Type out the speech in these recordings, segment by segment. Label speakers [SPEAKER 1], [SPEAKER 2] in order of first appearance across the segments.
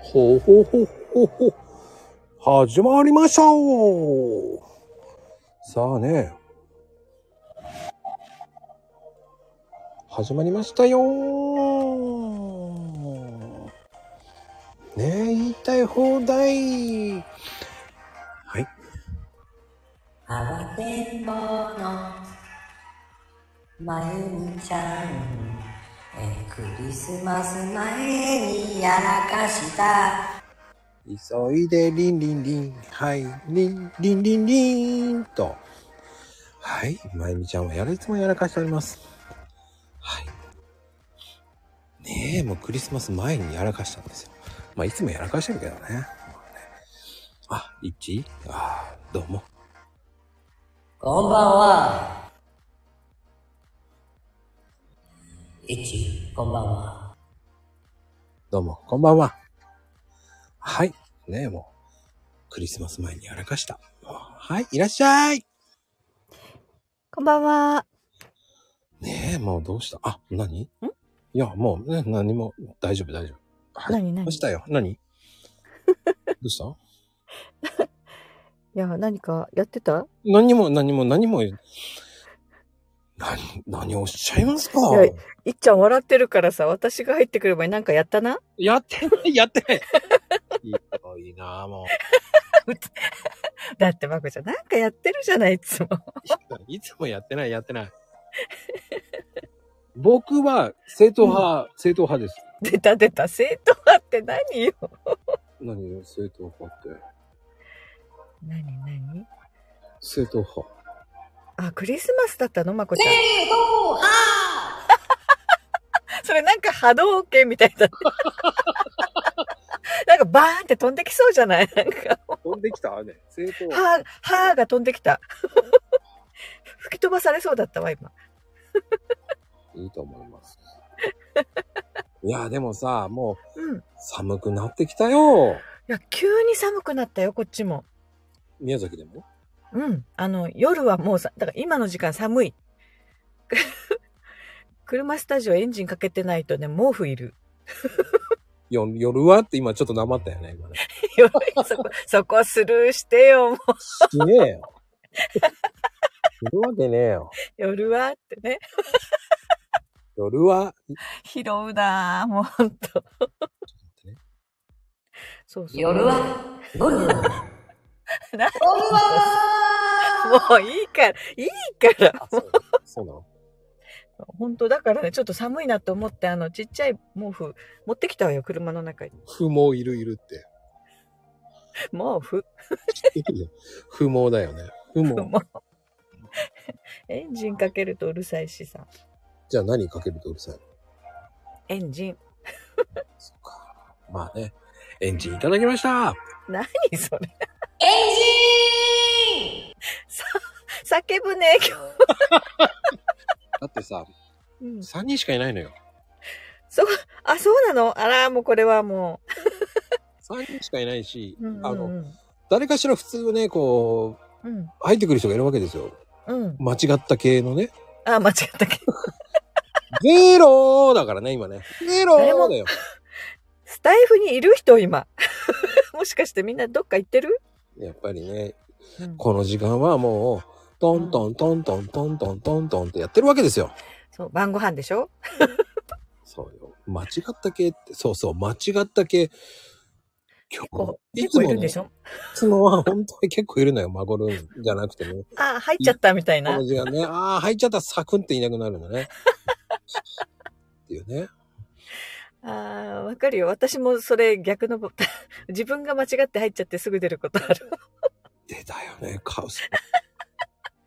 [SPEAKER 1] ほうほうほうほうほう。始まりましたよさあね。始まりましたよねえ、言いたい放題はい。
[SPEAKER 2] あべんぼのまゆみちゃんえークリスマス前にやらかした
[SPEAKER 1] 急いでリンリンリン。はい。リン、リンリンリンと。はい。まゆみちゃんはやるいつもやらかしております。はい。ねえ、もうクリスマス前にやらかしたんですよ。まあ、いつもやらかしてるけどね。まあねあ、いっちあーどうも。
[SPEAKER 2] こんばんはいちこんばんは
[SPEAKER 1] どうも、こんばんは。はい。ねえ、もう、クリスマス前にやらかした。はい、いらっしゃい。
[SPEAKER 3] こんばんは。
[SPEAKER 1] ねえ、もうどうしたあ、何いや、もうね、何も、大丈夫、大丈夫。はい。
[SPEAKER 3] 何何
[SPEAKER 1] どうしたよ何 どうした
[SPEAKER 3] いや、何かやってた
[SPEAKER 1] 何も、何も、何も、何、何をおっしゃいますか
[SPEAKER 3] いいっちゃん笑ってるからさ、私が入ってくれば何かやったな
[SPEAKER 1] やってない、やってない。ひどいなあも
[SPEAKER 3] だってまこちゃん、なんかやってるじゃない、いつも。
[SPEAKER 1] う。いつもやってない、やってない。僕は正統派、正統派です。
[SPEAKER 3] 出た出た、正統派って何よ。
[SPEAKER 1] 何よ正統派って。
[SPEAKER 3] 何何
[SPEAKER 1] 正統派。
[SPEAKER 3] あ、クリスマスだったのまこちゃん。
[SPEAKER 2] えーどうは
[SPEAKER 3] それなんか波動拳みた いだね。なんかバーンって飛んできそうじゃないなんか、
[SPEAKER 1] 飛んできたね。正統派。
[SPEAKER 3] はー、はーが飛んできた。 吹き飛ばされそうだったわ、今。
[SPEAKER 1] いいと思います。 いや、でもさ、もう
[SPEAKER 3] うん。い
[SPEAKER 1] 寒くなってきたよ。
[SPEAKER 3] や、急に寒くなったよ、こっちも。
[SPEAKER 1] 宮崎でも
[SPEAKER 3] うん。あの、夜はもうさ、だから今の時間寒い。 車スタジオエンジンかけてないとね、毛布いる。
[SPEAKER 1] よ夜はって今ちょっとなまったよね、今ね。
[SPEAKER 3] 夜そこ、そこスルーしてよ、もう。
[SPEAKER 1] しねえよ。するわけねえよ。
[SPEAKER 3] 夜はってね。
[SPEAKER 1] 夜は、
[SPEAKER 3] 拾うなぁ、もうほんと。そうそう。
[SPEAKER 2] 夜はゴルフゴル フ
[SPEAKER 3] な
[SPEAKER 2] は
[SPEAKER 3] もういいから、いいから。
[SPEAKER 1] あそうそうなの
[SPEAKER 3] 本当だからね、ちょっと寒いなと思って、あの、ちっちゃい毛布持ってきたわよ、車の中に。
[SPEAKER 1] 不毛いるいるって。
[SPEAKER 3] 毛布
[SPEAKER 1] 知ってるよ不毛だよね。不毛。
[SPEAKER 3] もう。エンジンかけるとうるさいしさ。
[SPEAKER 1] じゃあ何かけるとうるさいの
[SPEAKER 3] エンジン。
[SPEAKER 1] そっか。まあね。エンジンいただきました。
[SPEAKER 3] 何それ
[SPEAKER 2] エンジン
[SPEAKER 3] 叫ぶね、今
[SPEAKER 1] だってさ、
[SPEAKER 3] 日。うん、
[SPEAKER 1] 3人しかいないのよ。
[SPEAKER 3] そう、あ、そうなのあら、もうこれはも
[SPEAKER 1] 3人しかいないし、
[SPEAKER 3] う。うん
[SPEAKER 1] あ
[SPEAKER 3] う
[SPEAKER 1] の、
[SPEAKER 3] ん
[SPEAKER 1] 誰かしら普通ね、こう、
[SPEAKER 3] うん。
[SPEAKER 1] 入ってくる人がいるわけですよ。
[SPEAKER 3] うん。うん。
[SPEAKER 1] 間違った系のね。
[SPEAKER 3] あ、間違ったっけど。
[SPEAKER 1] ゼローだからね、今ね。ゼロ
[SPEAKER 3] 誰も
[SPEAKER 1] ーだよ。
[SPEAKER 3] スタイフにいる人、今。 もしかしてみんなどっか行ってる、
[SPEAKER 1] やっぱりね、
[SPEAKER 3] うん
[SPEAKER 1] この時間はもう、トントントントントントントントンってやってるわけですよ。
[SPEAKER 3] そう、晩ご飯でしょ
[SPEAKER 1] そうよ。間違った系って、そうそう、間違った系。今
[SPEAKER 3] こう、
[SPEAKER 1] 日、い
[SPEAKER 3] 結
[SPEAKER 1] つ
[SPEAKER 3] 構い
[SPEAKER 1] も
[SPEAKER 3] るん
[SPEAKER 1] ね、
[SPEAKER 3] で
[SPEAKER 1] い
[SPEAKER 3] しょ
[SPEAKER 1] つもは本当に結構いるのよ、孫ルンじゃなくてね。
[SPEAKER 3] あ、入っちゃったみたい
[SPEAKER 1] こ
[SPEAKER 3] な
[SPEAKER 1] の。時間ね、ああ、入っちゃった、サクンっていなくなるのね。っていうね。
[SPEAKER 3] あーわかるよ。私もそれ逆のボタン、 自分が間違って入っちゃってすぐ出ることある。
[SPEAKER 1] 出たよね、カオス。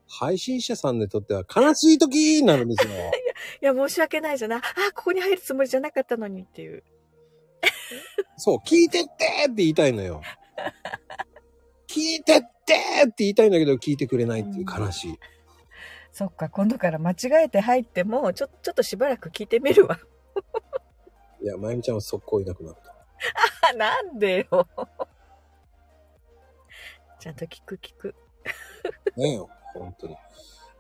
[SPEAKER 1] 配信者さんにとっては悲しい時になるんですよ。
[SPEAKER 3] いや、申し訳ないじゃない。あー、ここに入るつもりじゃなかったのにっていう。
[SPEAKER 1] そう、聞いてってって言いたいのよ。 聞いてってって言いたいんだけど、聞いてくれないっていう悲しい。
[SPEAKER 3] そっか、今度から間違えて入っても、ちょ、ちょっとしばらく聞いてみるわ。
[SPEAKER 1] いや、まゆみちゃんは速攻いなくなると。
[SPEAKER 3] あなんでよ。 ちゃんと聞く聞く。
[SPEAKER 1] ねえよ、本当に。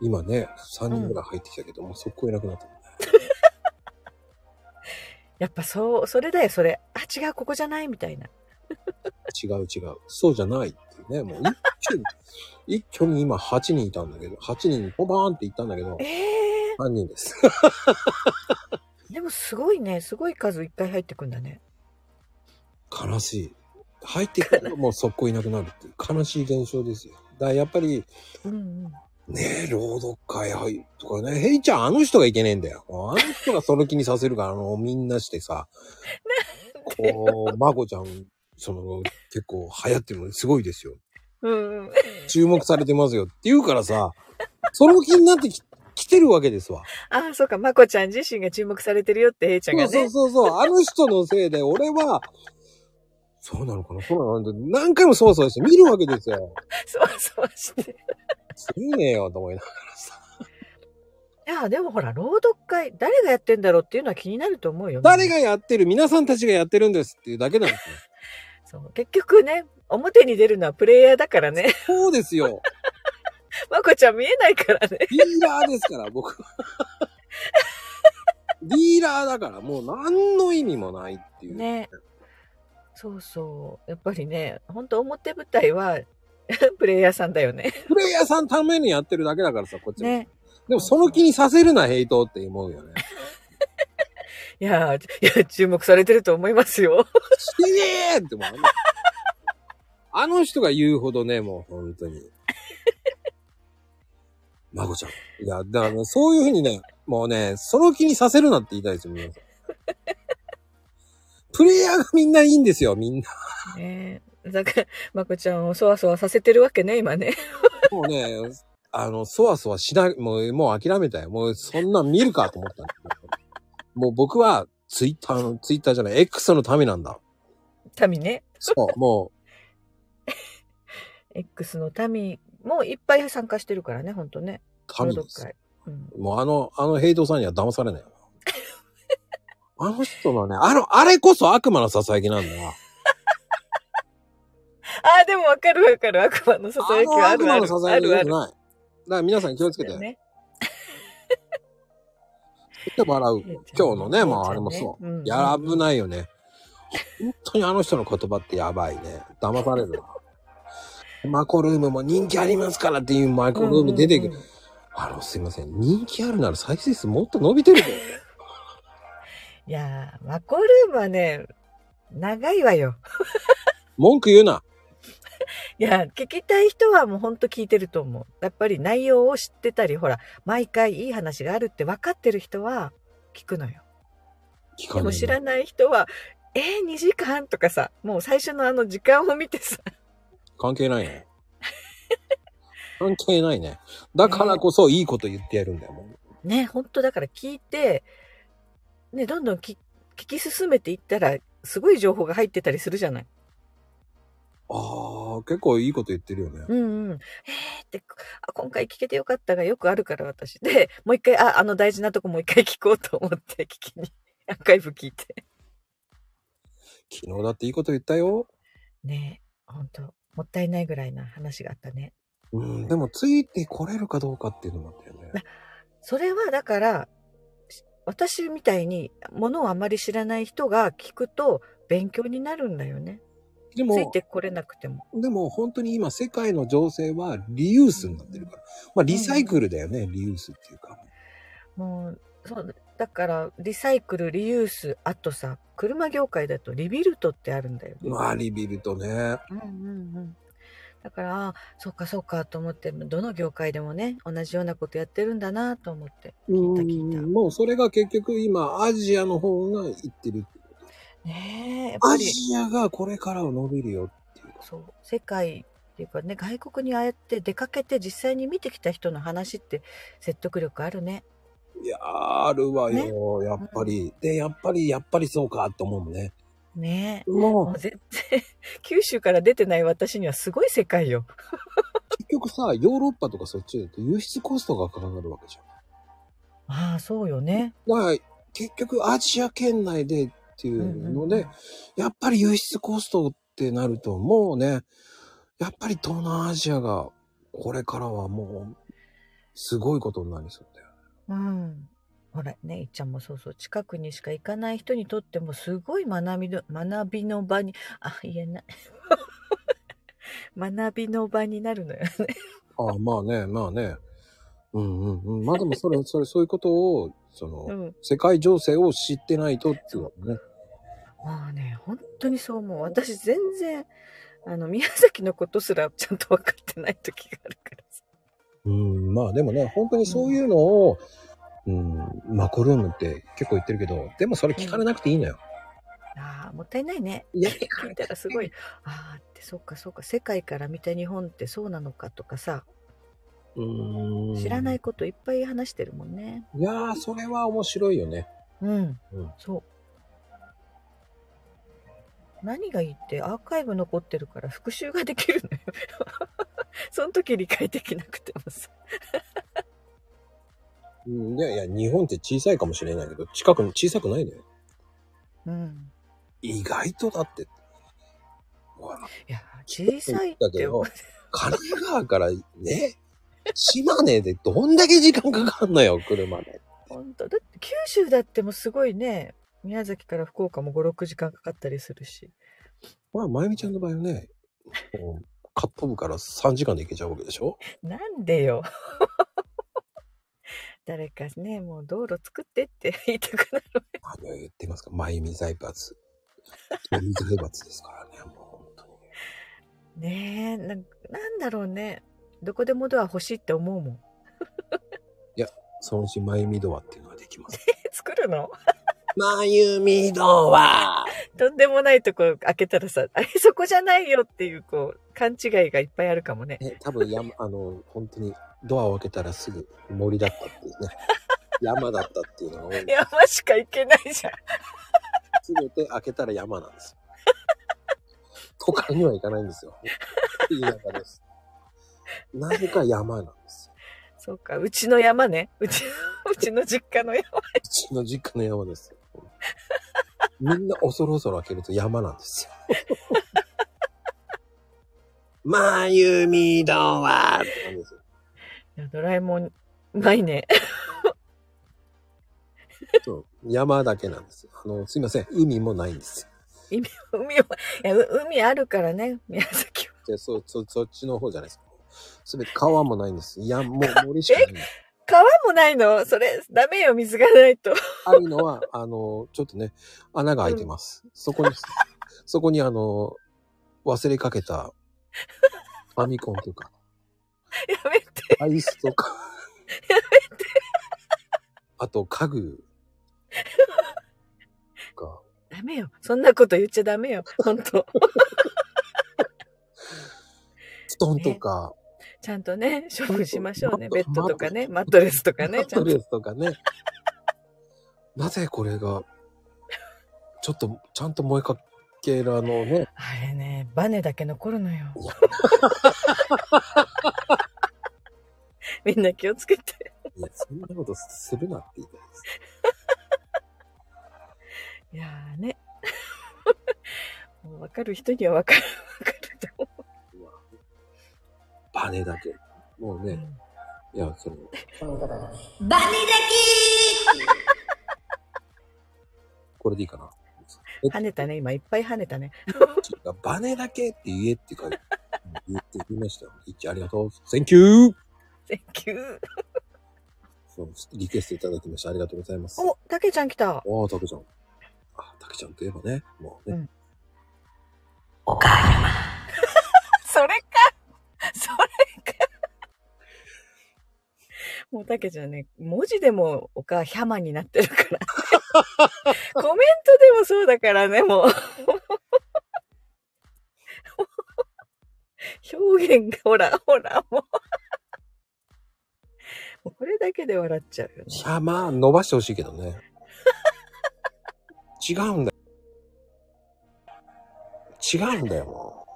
[SPEAKER 1] 今ね、3人ぐらい入ってきたけど、もう速攻いなくなった。
[SPEAKER 3] やっぱそう、それだよ、それ。あ、違う、ここじゃないみたいな。
[SPEAKER 1] 違う違う。そうじゃないっていうね。もう一挙に、 一挙に今8人いたんだけど、8人ポバーンっていったんだけど、
[SPEAKER 3] ええ
[SPEAKER 1] 3人です。
[SPEAKER 3] でもすごいね、すごい数いっぱい入ってくんだね。
[SPEAKER 1] 悲しい。入ってくるともう速攻いなくなるっていう悲しい現象ですよ。だからやっぱり、
[SPEAKER 3] うんうん。
[SPEAKER 1] ねえ、朗読会はいとかね、ヘイちゃんあの人がいけねえんだよ。あの人がその気にさせるから、あの、みんなしてさ、こう、まこちゃん、その、結構流行ってるのすごいですよ。
[SPEAKER 3] うん うん。
[SPEAKER 1] 注目されてますよって言うからさ、その気になってき来てるわけですわ。
[SPEAKER 3] ああ、そうか、まこちゃん自身が注目されてるよって、えいちゃん
[SPEAKER 1] そ
[SPEAKER 3] が
[SPEAKER 1] うそ
[SPEAKER 3] ね
[SPEAKER 1] う。そうそう、あの人のせいで、俺は、そうなのかなそうなの何回もそうそうして見るわけですよ。
[SPEAKER 3] そうそうして。
[SPEAKER 1] いいねよ、と思いながらさ。
[SPEAKER 3] いや、でもほら、朗読会、誰がやってんだろうっていうのは気になると思うよ。
[SPEAKER 1] 誰がやってる皆さんたちがやってるんですっていうだけなんですよ。
[SPEAKER 3] そう結局ね、表に出るのはプレイヤーだからね。
[SPEAKER 1] そうですよ。
[SPEAKER 3] まこちゃん見えないからね。
[SPEAKER 1] ディーラーですから、僕は。ディーラーだから、もう何の意味もないっていう。
[SPEAKER 3] ね。そうそう。やっぱりね、ほんと表舞台は、 プレイヤーさんだよね。
[SPEAKER 1] プレイヤーさんためにやってるだけだからさ、こっちも。
[SPEAKER 3] ね。
[SPEAKER 1] でもその気にさせるな、ヘイトって思うよね。
[SPEAKER 3] いやー、いや、注目されてると思いますよ。
[SPEAKER 1] してねーってもうあの、あの人が言うほどね、もう本当に。まこちゃん。いや、だからね、そういうふうにね、もうね、その気にさせるなって言いたいですよ、皆さん。プレイヤーがみんないいんですよ、みんな。
[SPEAKER 3] ねだから、まこちゃんをそわそわさせてるわけね、今ね。
[SPEAKER 1] もうね、あの、そわそわしない、もう、もう諦めたよ。もう、そんなん見るかと思ったんだけど。もう僕は、ツイッターの、ツイッターじゃない、X のためなんだ。
[SPEAKER 3] 民ね。
[SPEAKER 1] そう、も
[SPEAKER 3] X の民もいっぱい参加してるからね、ほんとね。
[SPEAKER 1] う、民
[SPEAKER 3] 朗
[SPEAKER 1] で
[SPEAKER 3] 読
[SPEAKER 1] す。
[SPEAKER 3] 会。うん
[SPEAKER 1] もうあの、あのヘイトさんには騙されないよ。あの人のね、あの、あれこそ悪魔のささやきなんだよ。
[SPEAKER 3] あー、でもわかるわかる。悪魔のささやきは
[SPEAKER 1] あ
[SPEAKER 3] あ
[SPEAKER 1] の悪
[SPEAKER 3] るあ
[SPEAKER 1] 魔
[SPEAKER 3] る
[SPEAKER 1] のさ。さ
[SPEAKER 3] あ
[SPEAKER 1] やき
[SPEAKER 3] る
[SPEAKER 1] よ
[SPEAKER 3] あ
[SPEAKER 1] く
[SPEAKER 3] る。
[SPEAKER 1] ない。だから皆さん気をつけて。
[SPEAKER 3] だよね
[SPEAKER 1] でも笑う。今日のね、まああれもそう。いや、危ないよね。本当にあの人の言葉ってやばいね。騙されるわ。 マコルームも人気ありますからっていうマコルーム出てくる。
[SPEAKER 3] うんうんうん
[SPEAKER 1] あの、すいません。人気あるなら再生数もっと伸び てるよ。
[SPEAKER 3] いやー、マコルームはね、長いわよ。
[SPEAKER 1] 文句言うな。
[SPEAKER 3] いや、聞きたい人はもうほんと聞いてると思う。やっぱり内容を知ってたり、ほら、毎回いい話があるって分かってる人は聞くのよ。
[SPEAKER 1] 聞
[SPEAKER 3] で
[SPEAKER 1] かな
[SPEAKER 3] も
[SPEAKER 1] い
[SPEAKER 3] 知
[SPEAKER 1] よ。
[SPEAKER 3] らない人は、えー、2時間とかさ、もう最初のあの時間を見てさ、
[SPEAKER 1] 関係 ないね。関係ないね。だからこそいいこと言ってやるんだよ。もう
[SPEAKER 3] ね、ほんとだから聞いて、ね、どんどんき聞き進めていったら、すごい情報が入ってたりするじゃない。
[SPEAKER 1] ああ、結構いいこと言ってるよね。
[SPEAKER 3] うんうん。えーって、あ今回聞けてよかったがよくあるから私。で、もう一回、あ、あの大事なとこもう一回聞こうと思って、聞きに、 アーカイブ聞いて。
[SPEAKER 1] 昨日だっていいこと言ったよ。
[SPEAKER 3] ねえ、ほんと、もったいないぐらいな話があったね。
[SPEAKER 1] うん、でもついてこれるかどうかっていうのもあったよね。
[SPEAKER 3] それはだから、し私みたいに、ものをあまり知らない人が聞くと、勉強になるんだよね。
[SPEAKER 1] で
[SPEAKER 3] つい
[SPEAKER 1] も、
[SPEAKER 3] てこれなくても。
[SPEAKER 1] でも本当に今世界の情勢はリユースになってるから。まあリサイクルだよね、リユースっていうか。
[SPEAKER 3] もう、そう、だから、リサイクル、リユース、あとさ、車業界だとリビルトってあるんだよね。
[SPEAKER 1] まあリビルとね。
[SPEAKER 3] うんうんうん。だから、あそうかそうかと思って、どの業界でもね、同じようなことやってるんだなと思って。聞いた聞いた
[SPEAKER 1] うんもうそれが結局今アジアの方が行ってる。
[SPEAKER 3] ねえ、やっぱ
[SPEAKER 1] ア
[SPEAKER 3] り、
[SPEAKER 1] ジアがこれからを伸びるよっていうか。
[SPEAKER 3] そう、世界っていうかね、外国にああやって出かけて実際に見てきた人の話って説得力あるね。
[SPEAKER 1] いやー、あるわよ、やっぱり。で、やっぱり、やっぱりそうかと思うもんね。
[SPEAKER 3] ねえ。
[SPEAKER 1] も
[SPEAKER 3] もう
[SPEAKER 1] う、
[SPEAKER 3] 絶対、 九州から出てない私にはすごい世界よ。
[SPEAKER 1] 結局さ、ヨーロッパとかそっちだと輸出コストがかかるわけじゃん。
[SPEAKER 3] ああ、そうよね。
[SPEAKER 1] だから、結局アジア圏内でっていうので、
[SPEAKER 3] うんうん
[SPEAKER 1] やっぱり輸出コストってなると、もうね、やっぱり東南アジアが、これからはもう、すごいことになりそうだよ。
[SPEAKER 3] うん。ほらねいっちゃんもそうそう近くにしか行かない人にとってもすごい学びの学びの場にあ言えない 学びの場になるのよね
[SPEAKER 1] ああ、まあね、まあね。うんうんうん。まあでもそ れ、それ、そういうことを、その、
[SPEAKER 3] うん
[SPEAKER 1] 世界情勢を知ってないとっていうのね。
[SPEAKER 3] まあね本当にそう思う私全然あの宮崎のことすらちゃんと分かってない時があるからさ
[SPEAKER 1] うん、まあでもね、本当にそういうのを、うん、マコルームって結構言ってるけど、でもそれ聞かれなくていいのよ。
[SPEAKER 3] ああもったいないね
[SPEAKER 1] いや、
[SPEAKER 3] 聞いたらす ごいああってそうかそうか世界から見た日本ってそうなのかとかさ
[SPEAKER 1] うん。
[SPEAKER 3] 知らない。こといっぱい話してるもんね
[SPEAKER 1] いやー、それは面白いよね。
[SPEAKER 3] うん、
[SPEAKER 1] うん
[SPEAKER 3] そう何がいいってアーカイブ残ってるから復習ができるのよ その時理解できなくてもさ
[SPEAKER 1] うん、いやいや、日本って小さいかもしれないけど、近くに小さくないのよ。
[SPEAKER 3] うん
[SPEAKER 1] 意外とだって。ほら
[SPEAKER 3] いや小さいっ
[SPEAKER 1] だけ
[SPEAKER 3] て
[SPEAKER 1] ど、神奈川からね、島根でどんだけ時間かかんのよ、車で。
[SPEAKER 3] 本当だって九州だってもうすごいね宮崎から福岡も56時間かかったりするし
[SPEAKER 1] まあ、まゆみちゃんの場合はね、こうカット部から3時間で行けちゃうわけでしょ
[SPEAKER 3] なんでよ 誰かねもう道路作ってって言いたくなる
[SPEAKER 1] 何を言ってますかまゆみ財閥。まゆみ財閥ですからね、もう本
[SPEAKER 3] ねえなんなんだろうねどこでもドア欲しいって思うもん
[SPEAKER 1] 当に。そのうちまゆみドアっていうのができます。
[SPEAKER 3] 作るの
[SPEAKER 1] まゆみドア
[SPEAKER 3] とんでもないとこ開けたらさあれそこじゃないよっていうこう勘違いがいっぱいあるかもね
[SPEAKER 1] ね、多分山、あの、本当にドアを開けたらすぐ森だったっていうね。 山だったっていうのが多い。
[SPEAKER 3] 山しか行けないじゃん
[SPEAKER 1] すべて開けたら山なんですよ。 都会には行かないんですよ。田舎です。なぜか山なんですよ。
[SPEAKER 3] そうかうちの山ねうち うちの実家の山
[SPEAKER 1] うちの実家の山ですよ。みんな恐る恐る開けると山なんですよ。 まゆみどわーって感じですよ。
[SPEAKER 3] いやドラえもんうまいね
[SPEAKER 1] そう山だけなんですよ。あの、すいません。海もないんですよ。
[SPEAKER 3] 海をいやう海あるからね宮崎は
[SPEAKER 1] でそ、そ、そっちの方じゃないですか。すべて川もないんです。いや、もう森しかないんです。
[SPEAKER 3] 川もないのそれダメよ水がないと
[SPEAKER 1] あるのは、あの、ちょっとね、穴が開いてます。そこに、そこにあの、忘れかけた、ファミコンとか、
[SPEAKER 3] やめて
[SPEAKER 1] アイスとか、あと家具、か、
[SPEAKER 3] ダメよそんなこと言っちゃダメよ本当
[SPEAKER 1] 布団とか、
[SPEAKER 3] ちゃんとね、処分しましょうね。
[SPEAKER 1] マ
[SPEAKER 3] ベ
[SPEAKER 1] ッ
[SPEAKER 3] ッ
[SPEAKER 1] ト
[SPEAKER 3] ドとかね、マットレスとか
[SPEAKER 1] マ
[SPEAKER 3] ね、
[SPEAKER 1] ッ
[SPEAKER 3] ちゃ
[SPEAKER 1] ト
[SPEAKER 3] んと。
[SPEAKER 1] レスとかね。なぜこれが、ちょっと、ちゃんと燃えかけらのね、
[SPEAKER 3] あれね、バネだけ残るのよ。 みんな気をつけて。
[SPEAKER 1] いやそんなことするなって言いたいです。
[SPEAKER 3] いやーね。 もう分かる人には分かる、 分かると思
[SPEAKER 1] バネだけ。もう
[SPEAKER 3] う。
[SPEAKER 1] ね、いや、その、
[SPEAKER 2] この方がバネだ
[SPEAKER 1] これでいいかな。
[SPEAKER 3] 跳ねたね、今いっぱい跳ねたね。
[SPEAKER 1] バネだけって言えってか、言って言いましたよ。いっちありがとう。Thank you!
[SPEAKER 3] Thank you.
[SPEAKER 1] そうリクエストいただきましてありがとうございます。
[SPEAKER 3] お、たけちゃん来た。
[SPEAKER 1] おー、たけちゃん。あ、たけちゃんといえばね、もうね。
[SPEAKER 3] うん
[SPEAKER 1] おかえり。
[SPEAKER 3] それかそれかもうたけちゃんね、文字でもおかひゃまになってるから、ね。コメントでもそうだからね、もう。表現が、ほら、ほら、もう。もうこれだけで笑っちゃうよね
[SPEAKER 1] い。や、まあ、伸ばしてほしいけどね。 違うんだよ。違うんだよ、もう。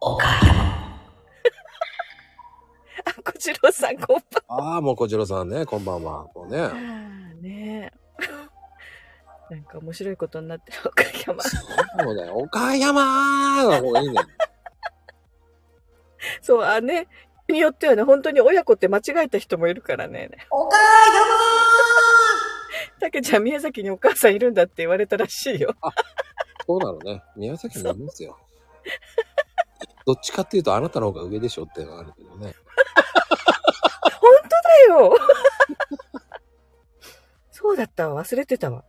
[SPEAKER 1] おかえり。
[SPEAKER 3] あ、こちろうさん、こんばん
[SPEAKER 1] ああ、もうこじろさんね、こんばんは。もうね。
[SPEAKER 3] は。ねえ。なんか面白いことになってる、おかひゃま。
[SPEAKER 1] そうだよ。岡山の方がいいんだよ。
[SPEAKER 3] そう、あね、によってはね、本当に親子って間違えた人もいるからね。
[SPEAKER 2] けおかーやま
[SPEAKER 3] たけちゃん、宮崎にお母さんいるんだって言われたらし いよ。
[SPEAKER 1] そうなのね。宮崎にいますよ。どっちかっていうと、あなたの方が上でしょっていうのはあるけどね。
[SPEAKER 3] 本当だよそうだったわ。忘れてた わ。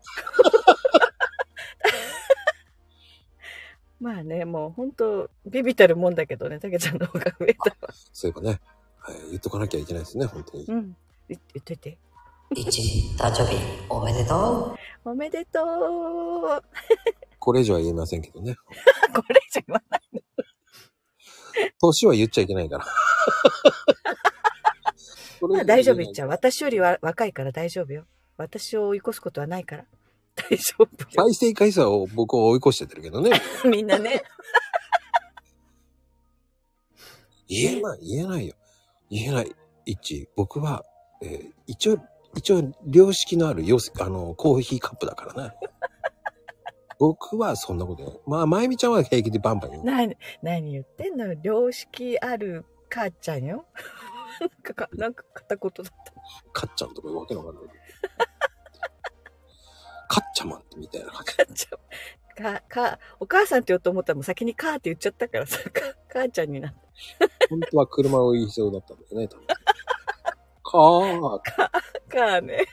[SPEAKER 3] まあね、もう本当ビビたるもんだけどね、たけちゃんの方が上だわ。
[SPEAKER 1] そういえばね、はい、言っとかなきゃいけないですね、本当に。
[SPEAKER 3] うん。い言っといて。
[SPEAKER 2] 一誕生日おめでと
[SPEAKER 3] おめで とう。
[SPEAKER 1] これ以上は言えませんけどね。
[SPEAKER 3] これじゃ言わない。
[SPEAKER 1] 年は言っちゃいけ ないから。それ以
[SPEAKER 3] まあ
[SPEAKER 1] 上
[SPEAKER 3] 大丈夫、い
[SPEAKER 1] 言え
[SPEAKER 3] っ
[SPEAKER 1] ない
[SPEAKER 3] ちゃん。私よりは若いから大丈夫よ。私を追い越すことはないから。大丈夫よ。
[SPEAKER 1] 再生回数を僕を追い越してってるけどね。
[SPEAKER 3] みんなね。
[SPEAKER 1] 言えない、言えないよ。言えない。一、僕は、えー一応、一応、良識のあるよせ、あの、コーヒーカップだから ね。僕はそんなことない。まあ、まゆみちゃんは平気でバンバン言う。
[SPEAKER 3] 何、何言ってんの良識ある母ちゃんよ。なんかか、なんか片言だった。
[SPEAKER 1] かっちゃんとかわけのわかんない。かっちゃまってみたいな感じ。
[SPEAKER 3] 母ちゃんか、か、お母さんって言おうと思ったらもう先にかーって言っちゃったからさ、 か、母ちゃんになっ
[SPEAKER 1] 本当は車を言いそうだったんだよね、 多分。かー、
[SPEAKER 3] た。かーね。
[SPEAKER 1] か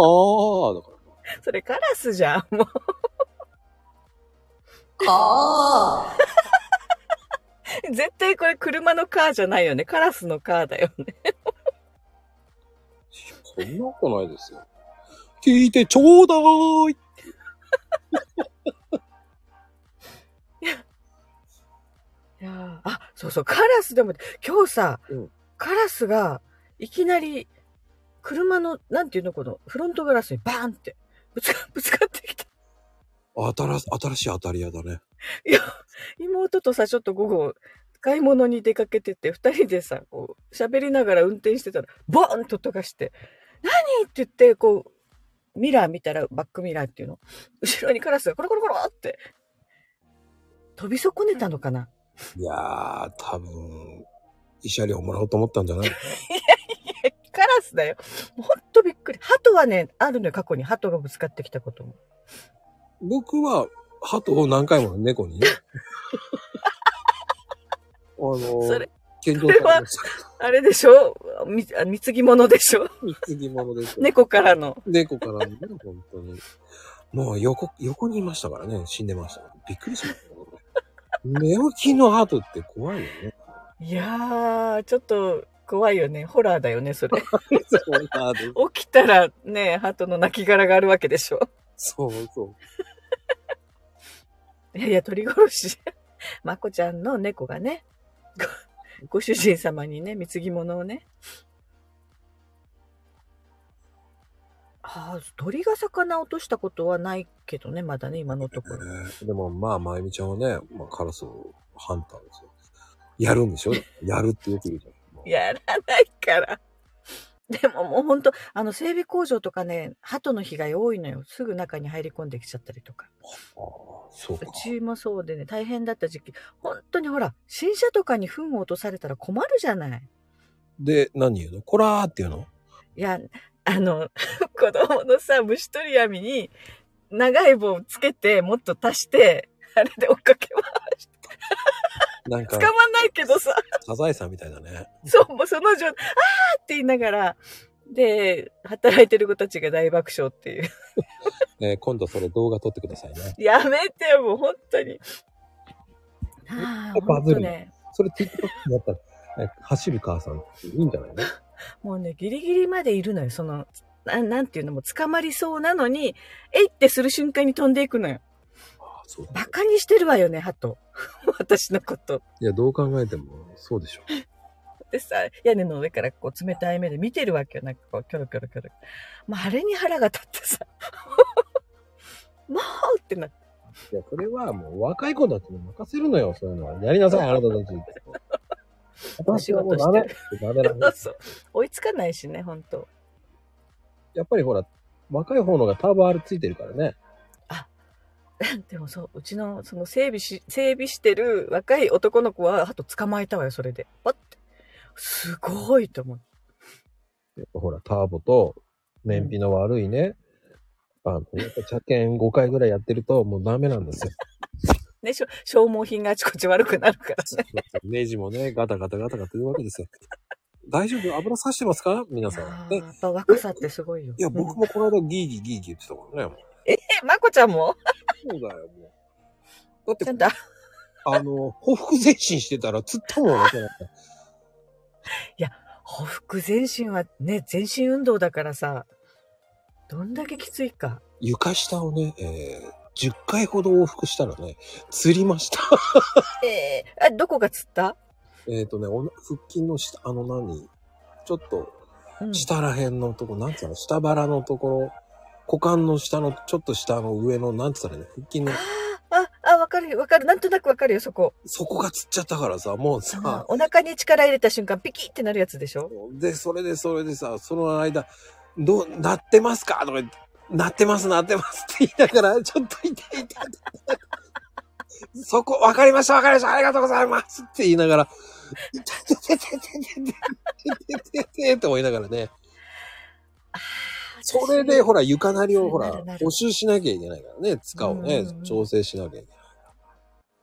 [SPEAKER 1] ー、だから。
[SPEAKER 3] それカラスじゃん。もう、
[SPEAKER 2] うか
[SPEAKER 3] 絶対これ車のカーじゃないよね。カラスのカーだよね。
[SPEAKER 1] そんなことないですよ。聞いてちょうだーい。
[SPEAKER 3] いやーあ、そうそう、カラスでも、今日さ、
[SPEAKER 1] うん
[SPEAKER 3] カラスが、いきなり、車の、なんていうの、この、フロントガラスにバーンって、ぶつか、ぶつかってきた。
[SPEAKER 1] 新し新しい当たり屋だね。
[SPEAKER 3] いや、妹とさ、ちょっと午後、買い物に出かけてて、二人でさ、こう、喋りながら運転してたら、ボーンと音がして、何って言って、こう、ミラー見たら、バックミラーっていうの。後ろにカラスがコロコロコロって、飛び損ねたのかない
[SPEAKER 1] やー、多分、慰謝料もらおうと思ったんじ ゃない
[SPEAKER 3] えカラスだよ。ほんとびっくり。鳩はね、あるのよ、過去に。鳩がぶつかってきたことも。
[SPEAKER 1] 僕は、鳩を何回も猫 にね。あの
[SPEAKER 3] それ、
[SPEAKER 1] 健常されまし
[SPEAKER 3] あれでしょみあ貢ぎ物でしょ
[SPEAKER 1] た。貢ぎ物ですよ。
[SPEAKER 3] 猫からの。
[SPEAKER 1] 猫からのね、本当に。もう横、横にいましたからね、死んでました。びっくりしましたけどね。 寝起きの鳩って怖いよね。
[SPEAKER 3] いやー、ちょっと怖いよね。ホラーだよね、そ れ。
[SPEAKER 1] そうなんです
[SPEAKER 3] 起きたらね、鳩の亡骸があるわけでしょ。
[SPEAKER 1] そうそう。
[SPEAKER 3] いやいや、鳥殺し。 まこちゃんの猫がね、ごご主人様にね、貢ぎ物をね。ああ、鳥が魚を落としたことはないけどね、まだね、今のところ。
[SPEAKER 1] でもまあ、まゆみちゃんはね、まあ、カラスをハンターですよ。やるんで しょやるってよく言うじゃん。
[SPEAKER 3] やらないから。でももうほんと、あの、整備工場とかね、鳩の被害多いのよ。すぐ中に入り込んできちゃったりとか。
[SPEAKER 1] ああ、そうか
[SPEAKER 3] う。ちもそうでね、大変だった時期。本当にほら、新車とかに糞を落とされたら困るじゃない。
[SPEAKER 1] で、何言うのこらーって言うの
[SPEAKER 3] いや、あの、 子供のさ、虫取り網に長い棒をつけて、もっと足して、あれで追っかけは
[SPEAKER 1] なん
[SPEAKER 3] 捕
[SPEAKER 1] か、
[SPEAKER 3] まんないけどさ、
[SPEAKER 1] サザエさんみたいだね。
[SPEAKER 3] そう、もうその状態、あーって言いながら、で、働いてる子たちが大爆笑っていう。
[SPEAKER 1] えー今度それ動画撮ってくださいね。
[SPEAKER 3] やめてよ、もう本当に。ああ、
[SPEAKER 1] バ
[SPEAKER 3] 本
[SPEAKER 1] ズる
[SPEAKER 3] 当ね。
[SPEAKER 1] それ TikTok になったら、 え走る母さんっていいんじゃないの
[SPEAKER 3] もうね、ギリギリまでいるのよ、その、ななんていうのもう捕まりそうなのに、えいってする瞬間に飛んでいくのよ。
[SPEAKER 1] ああ、そう
[SPEAKER 3] バ
[SPEAKER 1] だ。
[SPEAKER 3] カにしてるわよね、鳩。 私のこと。
[SPEAKER 1] いや、どう考えても、そうでしょ。
[SPEAKER 3] でさ、屋根の上からこう冷たい目で見てるわけよ、なんかこう、キョロキョロキョロ。もうあれに腹が立ってさ、 もうってなって。
[SPEAKER 1] いや、それはもう若い子たちに任せるのよ、そういうのは。やりなさい、あなたた ち。私はもうダメ。ダメだね
[SPEAKER 3] そうそう。追いつかないしね、ほんと。
[SPEAKER 1] やっぱりほら、若い方のがターボ R ついてるからね。
[SPEAKER 3] でもそう、うちの、その整備し、整備してる若い男の子は、鳩捕まえたわよ、それで。わって。すごいと思って
[SPEAKER 1] やっぱほら、ターボと燃費の悪いね、あの、やっぱ車検5回ぐらいやってると、もうダメなんですよ。
[SPEAKER 3] ね、しょ消耗品があちこち悪くなるからね。
[SPEAKER 1] ネジもね、ガタガタガタガタ言うわけですよ。大丈夫油差してますか皆
[SPEAKER 3] い
[SPEAKER 1] さ
[SPEAKER 3] や
[SPEAKER 1] ん。
[SPEAKER 3] ー
[SPEAKER 1] で
[SPEAKER 3] やっぱ若さってすごいよ。
[SPEAKER 1] いや、
[SPEAKER 3] うん
[SPEAKER 1] 僕もこの間ギーギーギーギー言ってた からね。
[SPEAKER 3] え、まこちゃんも
[SPEAKER 1] そうだよ、もう。だって
[SPEAKER 3] ちゃ、んと、
[SPEAKER 1] あの、報復前進してたら釣ったもんね。
[SPEAKER 3] ほふく全身はね、全身運動だからさ、どんだけきついか。
[SPEAKER 1] 床下をね、えー、10回ほど往復したらね、釣りました。
[SPEAKER 3] えー、あ、どこが釣った、
[SPEAKER 1] えっとね、おな腹筋の下、あの何ちょっと、
[SPEAKER 3] うん、
[SPEAKER 1] 下らへんのとこ、なんつうの下腹のところ、股間の下の、ちょっと下の上の、なんつったらね、腹筋の、
[SPEAKER 3] あ、あ、わかるよ、わかる。なんとなくわかるよ、そこ。
[SPEAKER 1] そこがつっちゃったからさ、もう
[SPEAKER 3] うん
[SPEAKER 1] さ、
[SPEAKER 3] お腹に力入れた瞬間、ピキってなるやつでしょ
[SPEAKER 1] で、それでそれでさ、その間、どう、なってますかとか言って、なってます、なってますって言いながら、ちょっと痛い痛い痛い。そこ、わかりました、わかりました、ありがとうございますって言いながら、痛い痛い痛い痛い痛い痛い痛い痛い痛い痛いって思いながらね、それで、ほら、床なりをほら
[SPEAKER 3] なるな、る
[SPEAKER 1] 補修しなきゃいけないからね、使をね
[SPEAKER 3] うんうんう、ん
[SPEAKER 1] 調整しなきゃい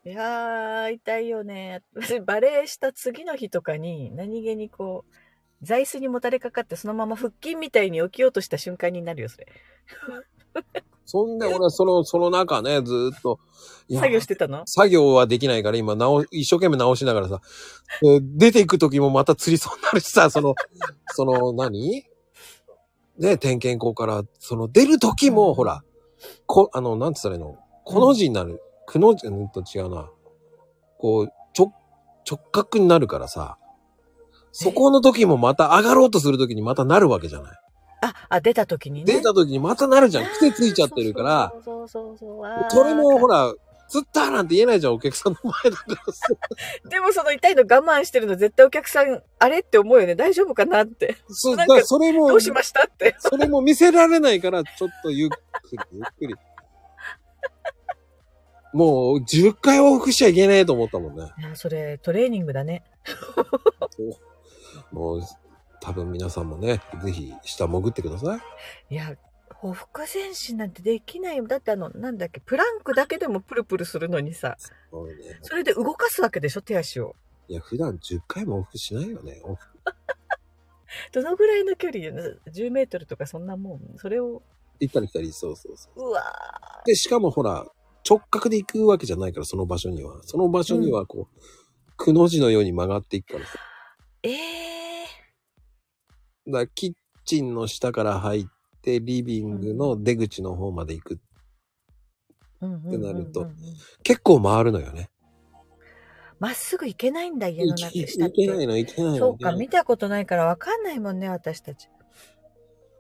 [SPEAKER 1] けない。
[SPEAKER 3] いやー、痛いよね。私、バレーした次の日とかに、何気にこう、座椅子にもたれかかって、そのまま腹筋みたいに起きようとした瞬間になるよ、それ。
[SPEAKER 1] そんで、俺はその、その中ね、ずーっと、いや
[SPEAKER 3] 作業してたの
[SPEAKER 1] 作業はできないから今直、一生懸命直しながらさ、えー出ていく時もまた釣りそうになるしさ、その、 その何、ね、点検口から、その出る時も、ほら、こ、あの、なんつったらいいのこの字になる。くの字、うんと違うな。こう、ちょ、直角になるからさ、そこの時もまた上がろうとする時にまたなるわけじゃない。
[SPEAKER 3] あ、あ、出た時にね。
[SPEAKER 1] 出た時にまたなるじゃん。癖ついちゃ
[SPEAKER 3] あー
[SPEAKER 1] ってるから、。
[SPEAKER 3] そうそうそうそうあー
[SPEAKER 1] それもほら、釣ったなんて言えないじゃん、お客さんの前だからさ。
[SPEAKER 3] でもその痛いの我慢してるの絶対お客さん、あれって思うよね。大丈夫かなって。
[SPEAKER 1] そう、だ
[SPEAKER 3] なん
[SPEAKER 1] か
[SPEAKER 3] から
[SPEAKER 1] それも
[SPEAKER 3] ど、うしましたって。
[SPEAKER 1] それも見せられないから、ちょっとゆっくり、ゆっくり。もう、10回往復しちゃいけねえと思ったもんね。
[SPEAKER 3] いや、それ、トレーニングだね。
[SPEAKER 1] もう、多分皆さんもね、ぜひ、下潜ってください。
[SPEAKER 3] いや、ほふく前進なんてできないよ。だってあの、なんだっけ、プランクだけでもプルプルするのにさ、
[SPEAKER 1] もうね、
[SPEAKER 3] それで動かすわけでしょ、手足を。
[SPEAKER 1] いや、普段10回も往復しないよね。往復
[SPEAKER 3] どのぐらいの距離よ ?10 メートルとかそんなもん。それを、
[SPEAKER 1] 行ったり来たり、そうそうそう。
[SPEAKER 3] うわー
[SPEAKER 1] で、しかもほら、直角で行くわけじゃないから、その場所には。その場所には、こう、くの字のように曲がっていくからさ。
[SPEAKER 3] ええ
[SPEAKER 1] だからキッチンの下から入って、リビングの出口の方まで行く。
[SPEAKER 3] ー。うんうんうんうん
[SPEAKER 1] ってなると結構回るのよね。
[SPEAKER 3] まっすぐ行けないんだ、家の
[SPEAKER 1] い
[SPEAKER 3] 中
[SPEAKER 1] け
[SPEAKER 3] 下っ
[SPEAKER 1] い
[SPEAKER 3] て。
[SPEAKER 1] けないの、いけないの。
[SPEAKER 3] そう
[SPEAKER 1] い
[SPEAKER 3] か、
[SPEAKER 1] けない
[SPEAKER 3] 見たことないからわかんないもんね、私たち。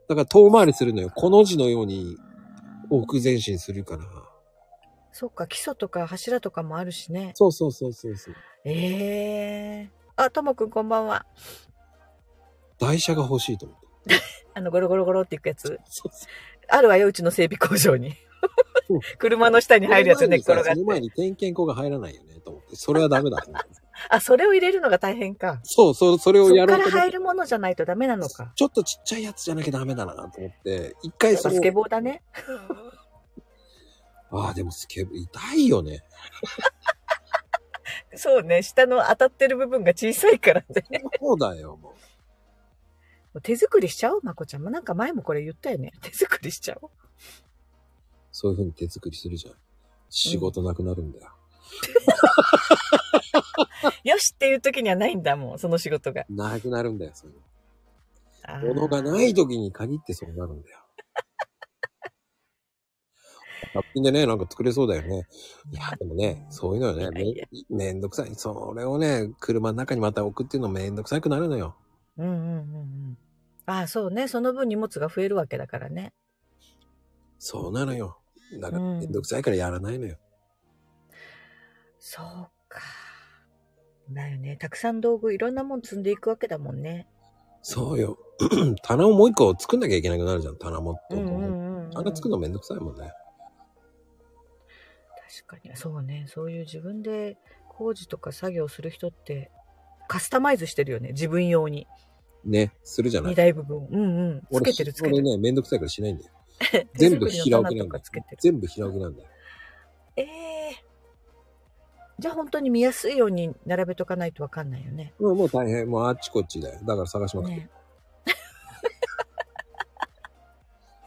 [SPEAKER 1] だから遠回りするのよ。この字のように奥前進するから。
[SPEAKER 3] そうか、基礎とか柱とかもあるしね。
[SPEAKER 1] そうそうそうそうそう。
[SPEAKER 3] ええあ、ともくんこんばんは。
[SPEAKER 1] 台車が欲しいと思って。
[SPEAKER 3] あの、ゴロゴロゴロっていくやつ。
[SPEAKER 1] そうそう
[SPEAKER 3] あるわよ、うちの整備工場に
[SPEAKER 1] うん。
[SPEAKER 3] 車の下に入るやつね、
[SPEAKER 1] そ
[SPEAKER 3] 転
[SPEAKER 1] の前に
[SPEAKER 3] が
[SPEAKER 1] さ
[SPEAKER 3] っ
[SPEAKER 1] その前
[SPEAKER 3] て。
[SPEAKER 1] に点検口が入らないよね、と思って。 それはダメだ。
[SPEAKER 3] あ、それを入れるのが大変か。
[SPEAKER 1] そうそう、それ
[SPEAKER 3] そ
[SPEAKER 1] を
[SPEAKER 3] っ
[SPEAKER 1] やろう
[SPEAKER 3] か
[SPEAKER 1] と
[SPEAKER 3] ら
[SPEAKER 1] 思っ
[SPEAKER 3] 入
[SPEAKER 1] て。
[SPEAKER 3] るものじゃないとダメなのか。
[SPEAKER 1] ちょっとちっちゃいやつじゃなきゃダメだなと思って、一回そ
[SPEAKER 3] ス
[SPEAKER 1] の
[SPEAKER 3] ケボーだね。
[SPEAKER 1] ああ、でもスケボー、痛いよね。
[SPEAKER 3] そうね、下の当たってる部分が小さいからね。
[SPEAKER 1] そうだよ、もう。
[SPEAKER 3] もう手作りしちゃおう、まこちゃんも。なんか前もこれ言ったよね。手作りしちゃおう。
[SPEAKER 1] そういう風に手作りするじゃん。仕事なくなるんだよ。
[SPEAKER 3] よしっていう時にはないんだもん、その仕事が。
[SPEAKER 1] なくなるんだよ、そういうの
[SPEAKER 3] あー
[SPEAKER 1] 物がない時に限ってそうなるんだよ。100品でね、なんか作れそうだよね。いや、でもね、そういうのよね。
[SPEAKER 3] いや
[SPEAKER 1] めめんどくさい。それをね、車の中にまた置くっていうのめんどくさくなるのよ。
[SPEAKER 3] うんうんうんうん。ああ、そうね。その分荷物が増えるわけだからね。
[SPEAKER 1] そうなのよ。だから
[SPEAKER 3] うん
[SPEAKER 1] めんどくさいからやらないのよ。
[SPEAKER 3] そうか。だよね。たくさん道具、いろんなもん積んでいくわけだもんね。
[SPEAKER 1] そうよ。 棚をもう一個作んなきゃいけなくなるじゃん、棚も。
[SPEAKER 3] うんうんうん、うん。
[SPEAKER 1] 棚作るのめんどくさいもんね。
[SPEAKER 3] 確かに。そうね。そういう自分で工事とか作業する人って、カスタマイズしてるよね。自分用に。
[SPEAKER 1] ね、するじゃない
[SPEAKER 3] 荷。台部分を。うんうん。つけてるつけて
[SPEAKER 1] 俺
[SPEAKER 3] る。
[SPEAKER 1] ね、めんどくさいからしないんだよ。全部平置きなん
[SPEAKER 3] 手作りの花と
[SPEAKER 1] だ
[SPEAKER 3] かつけて。る
[SPEAKER 1] 全部平置きなんだ。
[SPEAKER 3] ええじゃあ本当に見やすいように並べとかないとわかんないよね。
[SPEAKER 1] もうもう大変。もうあっちこっちだよ。だから探しまくって。
[SPEAKER 3] ね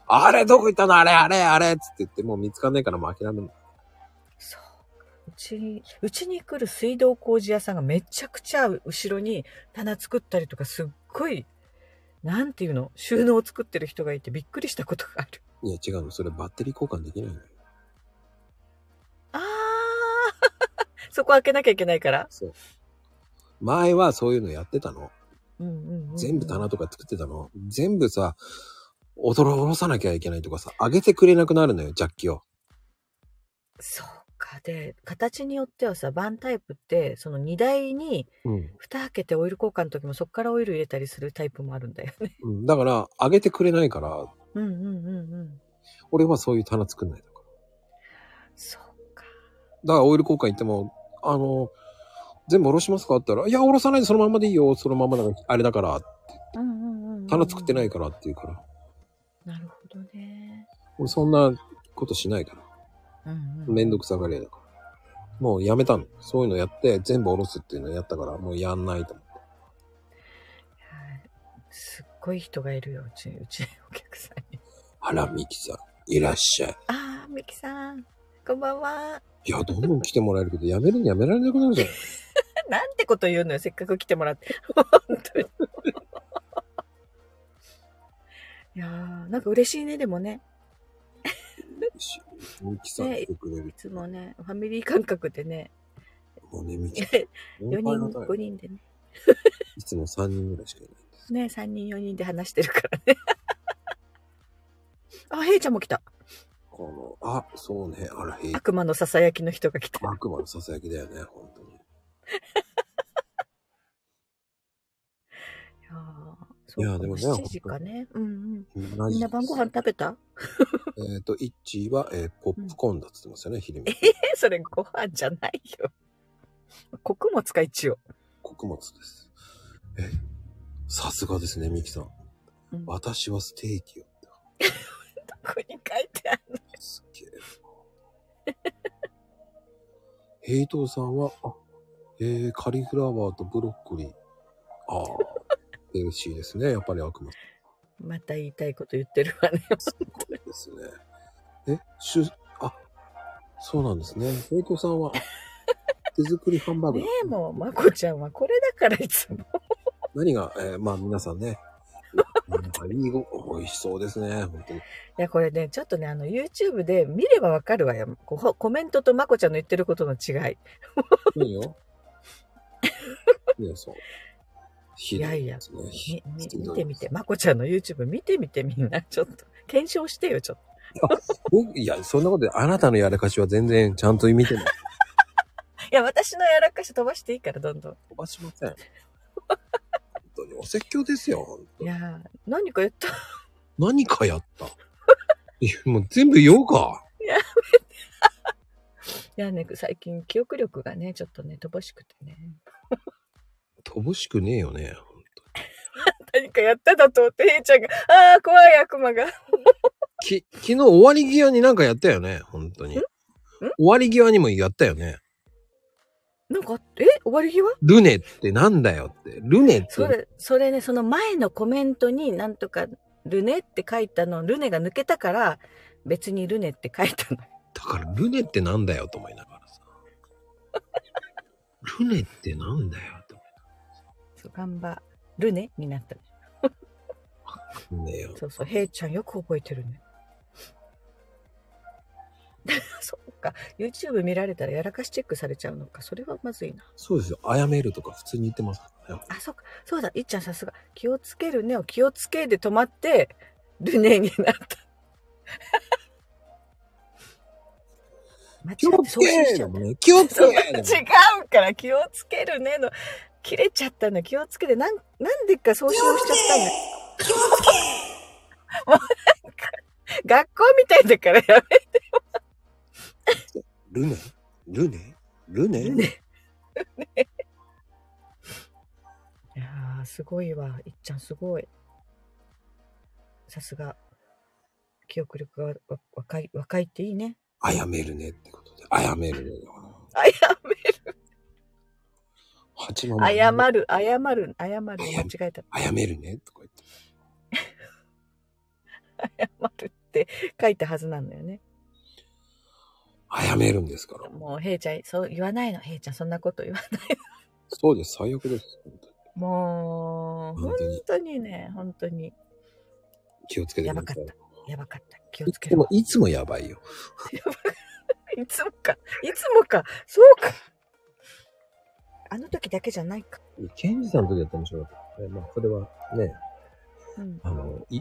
[SPEAKER 1] あれどこ行ったのあれあれあれっつって言って、もう見つかんないからもう諦める。
[SPEAKER 3] そう。うちに、うちに来る水道工事屋さんがめちゃくちゃ後ろに棚作ったりとかすっごい、なんていうの、収納を作ってる人がいてびっくりしたことがある。
[SPEAKER 1] いや違うの。それバッテリー交換できないのよ。
[SPEAKER 3] ああ そこ開けなきゃいけないから。
[SPEAKER 1] そう。前はそういうのやってたの。
[SPEAKER 3] うんうん、うん。
[SPEAKER 1] 全部棚とか作ってたの。全部さ、驚下ろさなきゃいけないとかさ、上げてくれなくなるのよ、ジャッキを。
[SPEAKER 3] そうか。で、形によってはさ、バンタイプって、その荷台に
[SPEAKER 1] うん。
[SPEAKER 3] 蓋開けてオイル交換の時もそこからオイル入れたりするタイプもあるんだよね。
[SPEAKER 1] うん、だから、上げてくれないから、
[SPEAKER 3] うんうんうんうん。
[SPEAKER 1] 俺はそういう棚作んないだから。
[SPEAKER 3] そうか。
[SPEAKER 1] だからオイル交換行っても、あの、全部下ろしますかって言ったら、いや、下ろさないでそのままでいいよ、そのままだから、あれだから、
[SPEAKER 3] うんうんうんうん、
[SPEAKER 1] 棚作ってないからって言うから。
[SPEAKER 3] なるほどね。
[SPEAKER 1] 俺そんなことしないから。
[SPEAKER 3] うんうん、
[SPEAKER 1] めんどくさがり屋だから。もうやめたの。そういうのやって、全部下ろすっていうのやったから、もうやんないと思って。
[SPEAKER 3] はいすっごい人がいるよ、うち、うちのお客さんに。
[SPEAKER 1] あら、ミキさん、いらっしゃい。
[SPEAKER 3] あー、ミキさん、こんばんは。
[SPEAKER 1] いや、どんどん来てもらえるけど、やめるにやめられなくなるじゃん。
[SPEAKER 3] なんてこと言うのよ、せっかく来てもらって。本当に。いやー、なんか嬉しいね、でもね。
[SPEAKER 1] ミキさん来てくれる
[SPEAKER 3] い。つもね、ファミリー感覚でね、
[SPEAKER 1] もうね、ミキさん。
[SPEAKER 3] 4
[SPEAKER 1] 4
[SPEAKER 3] 人、5人でね、
[SPEAKER 1] いつも3人ぐらいしかいない。
[SPEAKER 3] ね、3人、4人で話してるからね。 あ、ヘイちゃんも来た。
[SPEAKER 1] この、あ、そうね、あら、へい。
[SPEAKER 3] 悪魔のささやきの人が来た。
[SPEAKER 1] 悪魔のささやきだよね、本当に。
[SPEAKER 3] いやーそう
[SPEAKER 1] い
[SPEAKER 3] か
[SPEAKER 1] やでもね
[SPEAKER 3] 7時かね。うんうん。
[SPEAKER 1] み
[SPEAKER 3] みんな晩ご飯食べた
[SPEAKER 1] えっ、と、イッチーは、えーポップコーンだって言ってますよね、ひりみ。
[SPEAKER 3] え、 それご飯じゃないよ。穀物か、一応。
[SPEAKER 1] 穀物です。え、さすがですね、ミキさん。
[SPEAKER 3] うんど
[SPEAKER 1] 私はステーキよ。
[SPEAKER 3] こに書いてある
[SPEAKER 1] すっげえ。ヘイトーさんは、あ、えー、カリフラワーとブロッコリー。ああ、ヘルシーですね。やっぱり悪魔
[SPEAKER 3] また言いたいこと言ってるわね。
[SPEAKER 1] ですね。え、しゅ、あ、そうなんですね。ヘイトーさんは、あ手作りハンバーグ。
[SPEAKER 3] ねえ、もう、まこちゃんはこれだからいつも。
[SPEAKER 1] 何が、えーまあ皆さんね。 なんかいいご、美味しそうですね。本当に。
[SPEAKER 3] いや、これね、ちょっとね、あの、YouTube で見ればわかるわよ。こうほコメントとまこちゃんの言ってることの違い。
[SPEAKER 1] いいよ。いや、そう。ひ
[SPEAKER 3] い
[SPEAKER 1] ど
[SPEAKER 3] やいや
[SPEAKER 1] ですね
[SPEAKER 3] みみ
[SPEAKER 1] ひどい
[SPEAKER 3] 見てみて、まこちゃんの YouTube 見てみてみんな。ちょっと、検証してよ、ちょっと。
[SPEAKER 1] 僕、いや、そんなことで、あなたのやらかしは全然ちゃんと見てない。
[SPEAKER 3] いや、私のやらかし飛ばしていいから、どんどん。
[SPEAKER 1] 飛ばしません。本当にお説教ですよ。本当
[SPEAKER 3] いやー、何か言った
[SPEAKER 1] 何かやった。いや、もう全部言おうか。
[SPEAKER 3] いやね、最近記憶力がね、ちょっとね、乏しくてね。
[SPEAKER 1] 乏しくねえよね。
[SPEAKER 3] 何かやっただと思って、へいちゃんが、ああ、怖い悪魔が。
[SPEAKER 1] き、昨日終わり際になんかやったよね。本当に。終わり際にもやったよね。
[SPEAKER 3] なんか、え終わり際
[SPEAKER 1] ルネってなんだよって。ルネって。
[SPEAKER 3] それ、それね、その前のコメントになんとか、ルネって書いたの、ルネが抜けたから、別にルネって書いたの。
[SPEAKER 1] だからルネってなんだよと思いながらさ。ルネってなんだよと
[SPEAKER 3] そう、頑張、ルネになった。
[SPEAKER 1] 思うんだよ。
[SPEAKER 3] そうそう、へいちゃんよく覚えてるね。 そっか、YouTube 見られたらやらかしチェックされちゃうのか、それはまずいな。
[SPEAKER 1] そうですよ。あやめるとか普通に言ってますからね。
[SPEAKER 3] あ、そっか、そうだ、いっちゃんさすが、気をつけるねを気をつけで止まって、ルネになった。 間違
[SPEAKER 1] 気を
[SPEAKER 3] って
[SPEAKER 1] つ
[SPEAKER 3] 送信し
[SPEAKER 1] け
[SPEAKER 3] ち
[SPEAKER 1] で
[SPEAKER 3] ゃった
[SPEAKER 1] も。ね、気をつけ
[SPEAKER 3] そう違
[SPEAKER 1] でもね
[SPEAKER 3] うから、気をつけるねの、切れちゃったの、気をつけで、なん、なんでか送信をしちゃったの。
[SPEAKER 2] 気をつけ
[SPEAKER 3] 学校みたいだからやめ
[SPEAKER 1] ルネルネルネ
[SPEAKER 3] ルネ。いやー、すごいわ、いっちゃんすごい。さすが。記憶力がわ若い、若いっていいね。
[SPEAKER 1] あやめるねってことで。あやめるね。
[SPEAKER 3] あや
[SPEAKER 1] 八幡も
[SPEAKER 3] め、謝る、謝る、謝る、間違えた。
[SPEAKER 1] あやめるねとか言って。
[SPEAKER 3] 謝るって書いたはずなんだよね。
[SPEAKER 1] あやめるんですから。
[SPEAKER 3] もう、ヘイちゃん、そう言わないの。ヘイちゃん、そんなこと言わない。
[SPEAKER 1] そうです。最悪です。本当に
[SPEAKER 3] もう、
[SPEAKER 1] 本
[SPEAKER 3] 本
[SPEAKER 1] 当に
[SPEAKER 3] 当にね、本当に、
[SPEAKER 1] 気をつけて
[SPEAKER 3] や
[SPEAKER 1] くだ
[SPEAKER 3] ば
[SPEAKER 1] さ
[SPEAKER 3] か
[SPEAKER 1] い。
[SPEAKER 3] った。やばかった。気をつけ
[SPEAKER 1] で
[SPEAKER 3] ろ
[SPEAKER 1] も。、いつもやばいよ。
[SPEAKER 3] いつもか。いつもか。そうか。あの時だけじゃないか。
[SPEAKER 1] ケンジさんの時だったんでしょうね。まあ、それはね、
[SPEAKER 3] うん。
[SPEAKER 1] あの、い、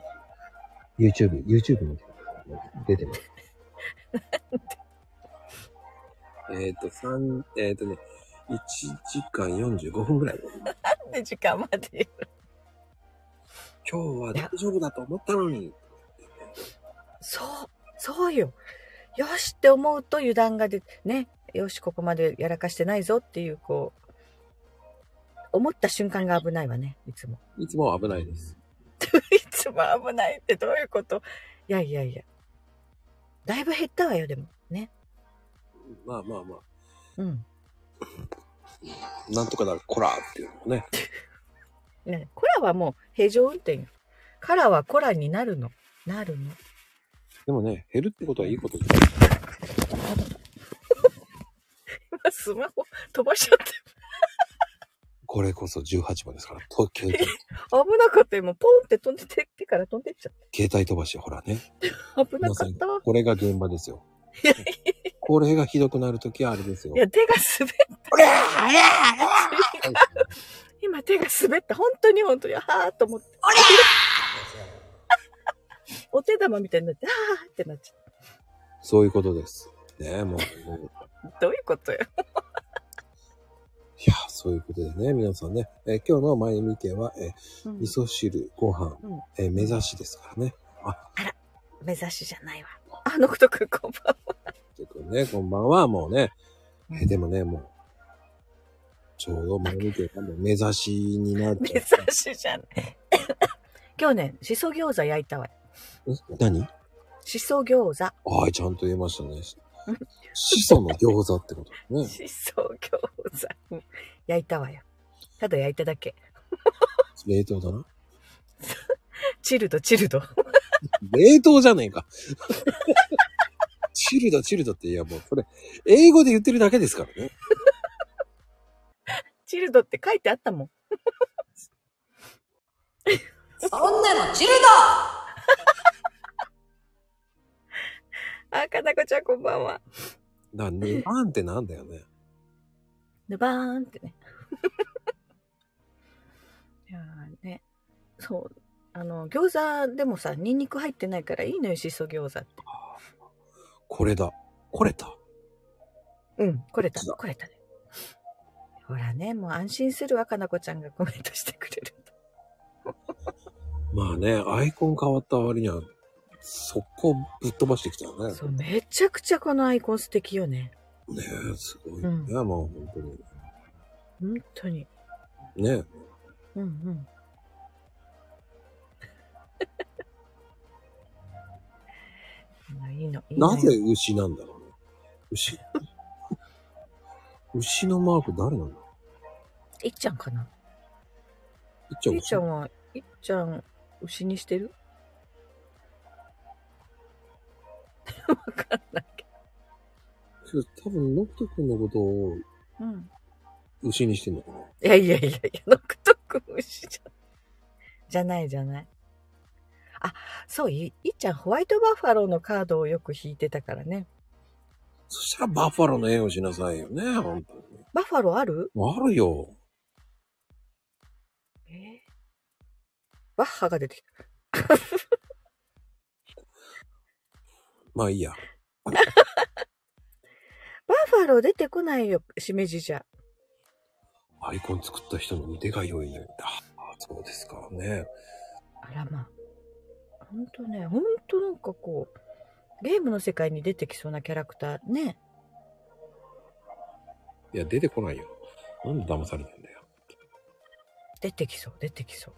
[SPEAKER 1] YouTube、YouTube に出てます。 えっと、三えっ、とね、1時間45分ぐらい。
[SPEAKER 3] なんで時間まで言う
[SPEAKER 1] 今日は大丈夫だと思ったのに。
[SPEAKER 3] そう、そうよ。よしって思うと油断が出て、ね。よし、ここまでやらかしてないぞっていう、こう、思った瞬間が危ないわね、いつも。
[SPEAKER 1] いつもは危ないです。
[SPEAKER 3] いつも危ないってどういうこといやいやいや。だいぶ減ったわよ、でも。ね。
[SPEAKER 1] まあまあま
[SPEAKER 3] うん。
[SPEAKER 1] あ、なんとかだ、こらーっていうのもね。
[SPEAKER 3] ねコラはもう平常運転よ。カラはコラになるの。なるの。
[SPEAKER 1] でもね、減るってことはいいことです。
[SPEAKER 3] 今スマホ飛ばしちゃって。
[SPEAKER 1] これこそ18番ですから、と携帯、
[SPEAKER 3] 危なかったよ。もうポンって飛んでて、手から飛んでっちゃっ
[SPEAKER 1] 携帯飛ばし、ほらね。
[SPEAKER 3] た。危なかった。
[SPEAKER 1] これが現場ですよ。これがひどくなるときはあれですよ
[SPEAKER 3] い。や、手が滑っ
[SPEAKER 1] おりゃーおりゃーおりゃー
[SPEAKER 3] 今手が滑った。本当に本当に、あーっと思って。 お手玉みたいになって、あーってなっちゃっ
[SPEAKER 1] そういうことです。ねえ、もう、もう
[SPEAKER 3] た。どういうことよ。
[SPEAKER 1] いや、そういうことでね、皆さんね、えー今日の前見ては、え
[SPEAKER 3] うん
[SPEAKER 1] ー味噌汁、ご飯、
[SPEAKER 3] うん
[SPEAKER 1] えー目指しですからね。
[SPEAKER 3] 目指しじゃないわ。あのことくん、こんばんは。
[SPEAKER 1] てくんね、こんばんは、もうね、えー
[SPEAKER 3] うん
[SPEAKER 1] でもね、もう、ちょうど前見ては、もう目指しになる
[SPEAKER 3] 目。指しじゃ ない。今日ね、しそ餃子焼いたわ。
[SPEAKER 1] ん何
[SPEAKER 3] しそ餃
[SPEAKER 1] はい、ちゃんと言えましたね。子孫の餃子ってこと
[SPEAKER 3] 子。
[SPEAKER 1] ですね。
[SPEAKER 3] しそ餃子。うん焼いたわよ。ただ焼いただけ。
[SPEAKER 1] 冷凍だな。
[SPEAKER 3] チルド、チルド。
[SPEAKER 1] 冷凍じゃねえ か。チルド、チルドって、いやもう、それ、英語で言ってるだけですからね。
[SPEAKER 3] チルドって書いてあったもん。
[SPEAKER 2] そんなのチル
[SPEAKER 3] あ、かなこちゃんこんばんは。
[SPEAKER 1] だから、ね、パンってなんだよね。
[SPEAKER 3] ぬばーんってね。 いやーね。そう。あの、餃子でもさ、ニンニク入ってないからいいのよ、しそ餃子って。
[SPEAKER 1] これだ。これだ。
[SPEAKER 3] うん、これた、
[SPEAKER 1] そうだ
[SPEAKER 3] これたね。ほらね、もう安心するわ、かなこちゃんがコメントしてくれる。
[SPEAKER 1] まあね、アイコン変わった割には、速攻ぶっ飛ばしてきたよね。
[SPEAKER 3] そう、めちゃくちゃこのアイコン素敵よね。
[SPEAKER 1] ねえ、すごいね。もう本
[SPEAKER 3] 本当に。
[SPEAKER 1] 当に。ね
[SPEAKER 3] うんうん。 まあいいの、いいのよ
[SPEAKER 1] なぜ牛なんだろうね。牛。牛のマーク誰なんだ
[SPEAKER 3] いっちゃんかない
[SPEAKER 1] っちゃん
[SPEAKER 3] いっちゃん
[SPEAKER 1] 牛。
[SPEAKER 3] は、いっちゃん、牛にしてる わかんないけ
[SPEAKER 1] けど多分、ノクト君のことを
[SPEAKER 3] ど。うん。
[SPEAKER 1] 牛にしてんのかな。
[SPEAKER 3] いやいやいやいや、ノクト君牛じゃ、じゃないじゃない。あ、そう、いいっちゃん、ホワイトバッファローのカードをよく引いてたからね。
[SPEAKER 1] そしたらバッファローの絵をしなさいよね、本当に。
[SPEAKER 3] バッファローある
[SPEAKER 1] あるよ。
[SPEAKER 3] えーバッハが出てきた。
[SPEAKER 1] まあいいや。
[SPEAKER 3] バッファロー出てこないよ、しめじじゃ。
[SPEAKER 1] アイコン作った人の腕が良いね。ああ、そうですかね。
[SPEAKER 3] あらまあ。ほんとね、ほんとなんかこう、ゲームの世界に出てきそうなキャラクターね。
[SPEAKER 1] いや、出てこないよ。なんで騙されてんだよ。
[SPEAKER 3] 出てきそう出てきそう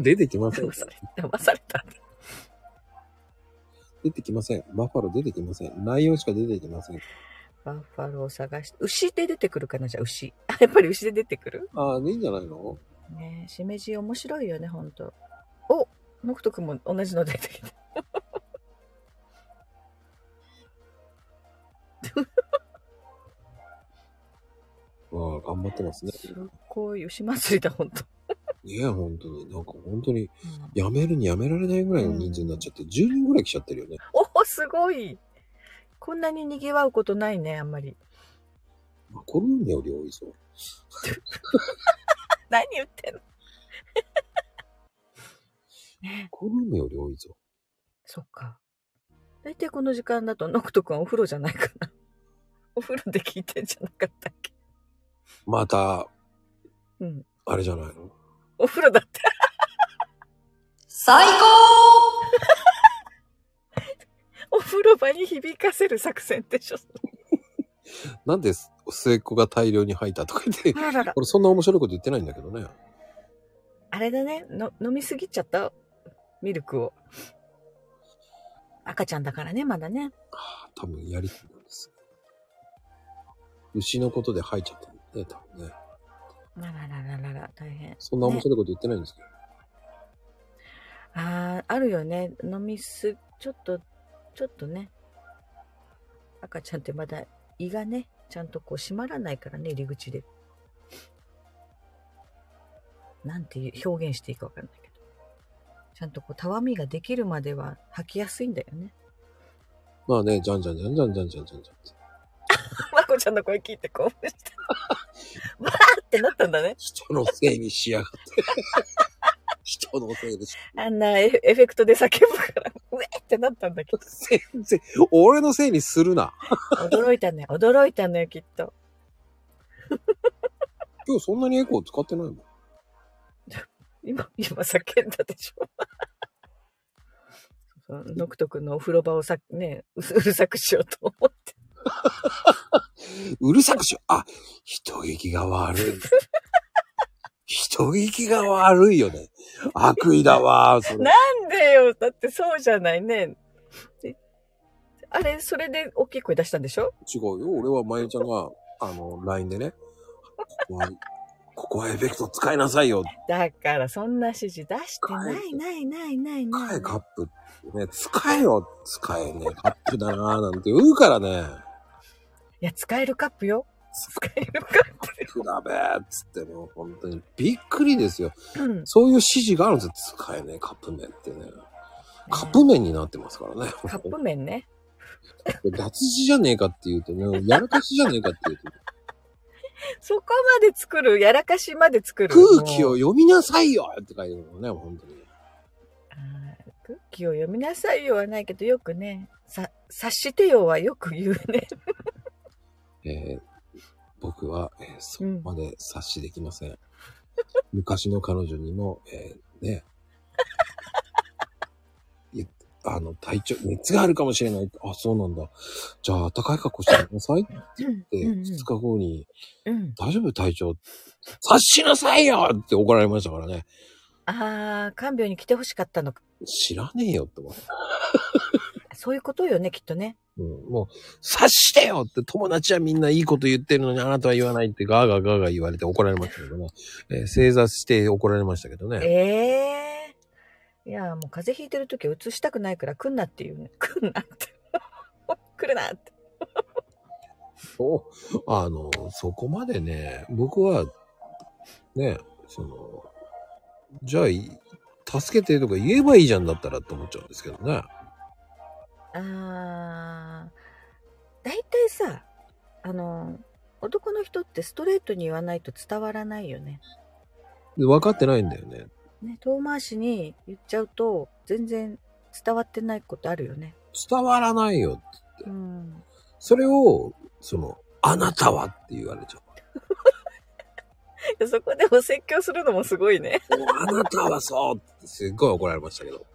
[SPEAKER 1] 出てきません
[SPEAKER 3] 騙。され騙された。
[SPEAKER 1] 出てきません。バッファロー出てきません。ライオンしか出てきません。
[SPEAKER 3] バッファローを探して、牛で出てくるかなじゃあ牛。 あやっぱり牛で出てくる
[SPEAKER 1] ああ、いいんじゃないの
[SPEAKER 3] ねえ、しめじ面白いよね、ほんと。おノクト君も同じの出てきた。
[SPEAKER 1] うん、頑張ってますね。
[SPEAKER 3] すっごい牛祭りだ、ほんと。
[SPEAKER 1] いや、本当に。なんか本当に、やめるにやめられないぐらいの人数になっちゃって、10人ぐらい来ちゃってるよね。
[SPEAKER 3] おお、すごいこんなに賑わうことないね、あんまり。
[SPEAKER 1] マコルームより多いぞ。
[SPEAKER 3] 何言ってんの
[SPEAKER 1] マコルームより多いぞ。
[SPEAKER 3] そっか。大体この時間だと、ノクト君はお風呂じゃないか な。お風呂で聞いてんじゃなかったっけ
[SPEAKER 1] また、
[SPEAKER 3] うん。
[SPEAKER 1] あれじゃないの
[SPEAKER 3] お風呂だって。
[SPEAKER 2] 最高
[SPEAKER 3] お風呂場に響かせる作戦でしょ。
[SPEAKER 1] なんで末っ子が大量に吐いたとか言って
[SPEAKER 3] あ、ららら。
[SPEAKER 1] 俺そんな面白いこと言ってないんだけどね。
[SPEAKER 3] あれだね。の飲みすぎちゃった。ミルクを。赤ちゃんだからね、まだね。
[SPEAKER 1] 多分やりすぎなんです。牛のことで吐いちゃったんだね、多分ね。
[SPEAKER 3] あららららら、大変。
[SPEAKER 1] そんな面白いこと言ってないんですけど。
[SPEAKER 3] ああ、あるよね。飲みす、ちょっと、ちょっとね。赤ちゃんってまだ胃がね、ちゃんとこう閉まらないからね、入り口で。なんていう表現していいかわかんないけど。ちゃんとこう、たわみができるまでは吐きやすいんだよね。
[SPEAKER 1] まあね、じゃんじゃんじゃんじゃんじゃんじゃんじゃんじゃんって。
[SPEAKER 3] まこちゃんの声聞いて興奮した。わーってなったんだね。
[SPEAKER 1] 人のせいにしやがって。 人のせいでし
[SPEAKER 3] あんなエフエフェクトで叫ぶから、うえーってなったんだけど。
[SPEAKER 1] 全然、俺のせいにするな。
[SPEAKER 3] 驚いたね。驚いたのよ、きっと。
[SPEAKER 1] 今日そんなにエコー使ってないもん。
[SPEAKER 3] 今、今叫んだでしょ。そうノクト君のお風呂場をさ、ね、うすうるさくしようと思って。
[SPEAKER 1] うるさくしよう。あ、人聞きが悪い。人聞きが悪いよね。悪意だわ、それ。
[SPEAKER 3] なんでよ、だってそうじゃないね。であれ、それで大きい声出したんでしょ
[SPEAKER 1] 違うよ。俺はまゆちゃんが、あの、LINE でね、ここは、 ここはエフェクト使いなさいよ。
[SPEAKER 3] だから、そんな指示出してないないないないない
[SPEAKER 1] 使え、カップ。ね、使えよ。使えねえカップだなぁ、なんて言うからね。
[SPEAKER 3] いや、使えるカップよ。使えるカ
[SPEAKER 1] 比べーっつってもう本当にびっくりですよ。
[SPEAKER 3] ップ。うん。
[SPEAKER 1] そういう指示があるんですよ。使えねえカップ麺ってね。カップ麺になってますからね。
[SPEAKER 3] カップ麺ね。
[SPEAKER 1] 脱字じゃねえかっていうとね、やらかしじゃねえかっていうと、
[SPEAKER 3] そこまで作る、やらかしまで作る。
[SPEAKER 1] 空気
[SPEAKER 3] も
[SPEAKER 1] を
[SPEAKER 3] う。
[SPEAKER 1] 読みなさいよって書いてるのね、本当に。
[SPEAKER 3] あー空気を読みなさいよはないけど、よくね、さ、察してよはよく言うね。
[SPEAKER 1] えー僕は、えーそこ
[SPEAKER 3] うん
[SPEAKER 1] まで察しできません。昔の彼女にも、えーね、 言ってあの、体調、熱があるかもしれない。あ、そうなんだ。じゃあ、暖かい格好してくださいって言
[SPEAKER 3] う
[SPEAKER 1] っ
[SPEAKER 3] ん
[SPEAKER 1] て、2日後に、
[SPEAKER 3] うん。
[SPEAKER 1] 大丈夫体調、察しなさいよって怒られましたからね。
[SPEAKER 3] ああ、看病に来てほしかったのか。
[SPEAKER 1] 知らねえよって思って。
[SPEAKER 3] そういうことよね、きっとね。
[SPEAKER 1] うん、もう、察してよって友達はみんないいこと言ってるのにあなたは言わないってガーガーガーガー言われて怒られましたけどね。えー正座して怒られましたけどね。
[SPEAKER 3] ええいや、もう風邪ひいてるときは移したくないから来んなって言うね。来んなって。 来るなって。
[SPEAKER 1] おあの、そこまでね、僕は、ね、その、じゃあい、助けてとか言えばいいじゃんだったらって思っちゃうんですけどね。
[SPEAKER 3] あー大体さあの男の人ってストレートに言わないと伝わらないよね
[SPEAKER 1] で分かってないんだよね。
[SPEAKER 3] ね遠回しに言っちゃうと全然伝わってないことあるよね
[SPEAKER 1] 伝わらないよ。
[SPEAKER 3] うん
[SPEAKER 1] それを、その、あなたはって言われちゃう。
[SPEAKER 3] そこでお説教するのもすごいね
[SPEAKER 1] もうあなたはそうってすっごい怒られましたけど。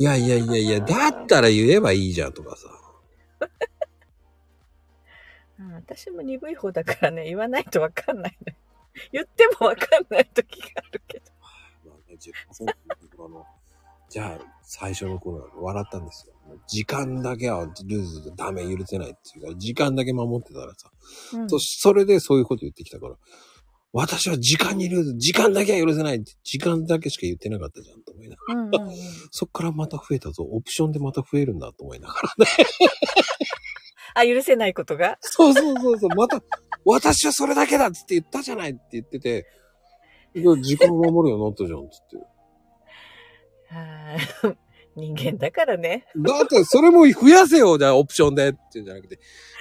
[SPEAKER 1] いやいやいやいや、だったら言えばいいじゃんとかさ。
[SPEAKER 3] うん私も鈍い方だからね言わないとわかんないね言ってもわかんない時があるけど
[SPEAKER 1] まあ10%のところの、じゃあ、最初の頃は笑ったんですよ。もう時間だけはルーズでダメ許せないっていうから、時間だけ守ってたらさ、
[SPEAKER 3] うん
[SPEAKER 1] そそれでそういうこと言ってきたから、私は時間にルーズ、時間だけは許せないって、時間だけしか言ってなかったじゃんと思いながら。
[SPEAKER 3] うんうんうん
[SPEAKER 1] そっからまた増えたぞ。オプションでまた増えるんだと思いながら。
[SPEAKER 3] あ、許せないことが
[SPEAKER 1] そうそうそうそう、また、私はそれだけだっつって言ったじゃないって言ってて、いや時間を守るようになったじゃんっつって。
[SPEAKER 3] あー 人間だからね。
[SPEAKER 1] だってそれも増やせよ、じゃあオプションでって言うんじゃなくて、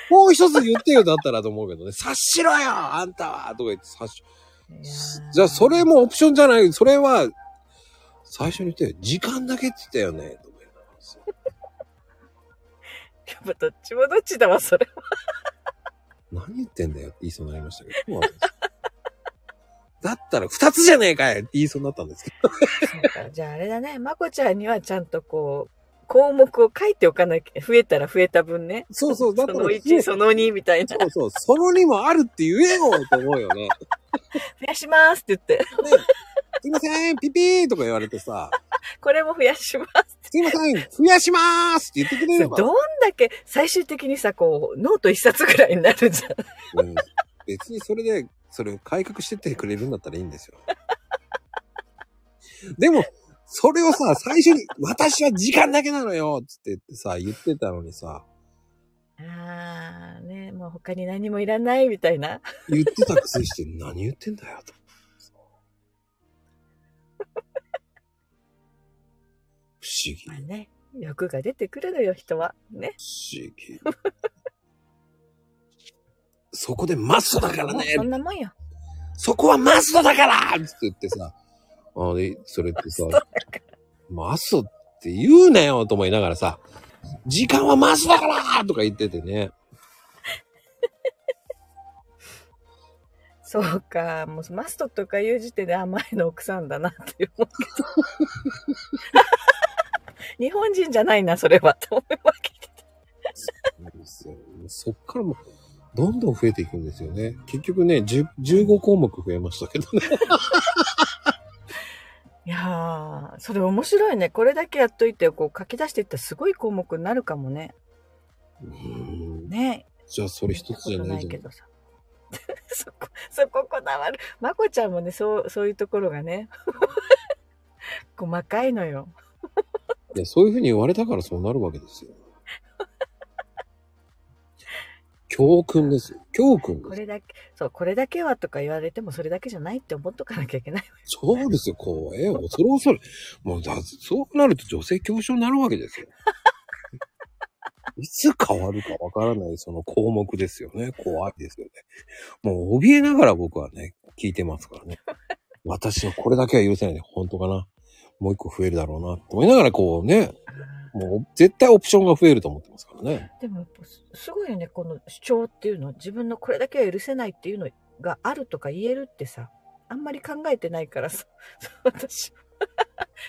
[SPEAKER 1] もう一つ言ってよだったらと思うけどね、察しろよあんたはとか言って察し、じゃあそれもオプションじゃない、それは、最初に言ってよ、時間だけって言ったよね、と思いながらですよ
[SPEAKER 3] やっぱどっちもどっちだわ、それ。
[SPEAKER 1] 何言ってんだよって言いそうになりましたけど、そうなんですよだったら二つじゃねえかよって言いそうになったんですけど
[SPEAKER 3] そうかじゃああれだね、まこちゃんにはちゃんとこう、項目を書いておかなきゃ、増えたら増えた分ね。
[SPEAKER 1] そうそう、だ
[SPEAKER 3] そ
[SPEAKER 1] ったら
[SPEAKER 3] の1、その2みたいな。
[SPEAKER 1] そ
[SPEAKER 3] 増
[SPEAKER 1] うそう、そのにもあるって言えよと思うよね。
[SPEAKER 3] やしますって言って、
[SPEAKER 1] すいません、ピピーとか言われてさ、
[SPEAKER 3] これも増やします。
[SPEAKER 1] すいません、増やしまーすって言ってくれれ
[SPEAKER 3] どん
[SPEAKER 1] ば、
[SPEAKER 3] だけ、最終的にさ、こう、ノート1冊ぐらいになるじゃん。
[SPEAKER 1] うん別にそれで、それを改革してってくれるんだったらいいんですよ。でも、それをさ、最初に、私は時間だけなのよつって言ってさ、言ってたのにさ、
[SPEAKER 3] あー、ね、もう他に何もいらないみたいな。
[SPEAKER 1] 言ってたくせして何言ってんだよと。不思議
[SPEAKER 3] まあ。ね、欲が出てくるのよ、人は。ね。
[SPEAKER 1] 不思議そこでマストだからね
[SPEAKER 3] そんなもんよ。
[SPEAKER 1] そこはマストだからって言ってさ、あで、それってさ、マストって言うなよと思いながらさ、時間はマストだからとか言っててね。
[SPEAKER 3] そうか、もうマストとかいう時点で、あ、前の奥さんだなって思うけど。日本人じゃないな、それは。と思うわけ
[SPEAKER 1] そうですよそっからもうどんどん増えていくんですよね。結局ね、10 15項目増えましたけどね。
[SPEAKER 3] いやー、それ面白いね。これだけやっといて、こう書き出していったらすごい項目になるかもね。
[SPEAKER 1] うん
[SPEAKER 3] ね。
[SPEAKER 1] じゃあそれ一つじゃないじゃ
[SPEAKER 3] け
[SPEAKER 1] ん。
[SPEAKER 3] どさ。 そこ、そここだわる。まこちゃんもね、そう、そういうところがね。 細かいのよ。
[SPEAKER 1] いやそういうふうに言われたからそうなるわけですよ。教訓ですよ。教訓
[SPEAKER 3] こ
[SPEAKER 1] です。
[SPEAKER 3] れだけ、そう、これだけはとか言われても、それだけじゃないって思っとかなきゃいけない。
[SPEAKER 1] そうですよ。怖えよ。恐れ恐れ。もうだ、そうなると女性恐怖症になるわけですよ。いつ変わるかわからないその項目ですよね。怖いですよね。もう怯えながら僕はね、聞いてますからね。私のこれだけは許せないで、本当かな。もう一個増えるだろうな。と思いながらこうね、もう絶対オプションが増えると思ってますからね。
[SPEAKER 3] でもやっぱすすごいよねこの主張っていうの自分のこれだけは許せないっていうのがあるとか言えるってさあんまり考えてないからさ そう私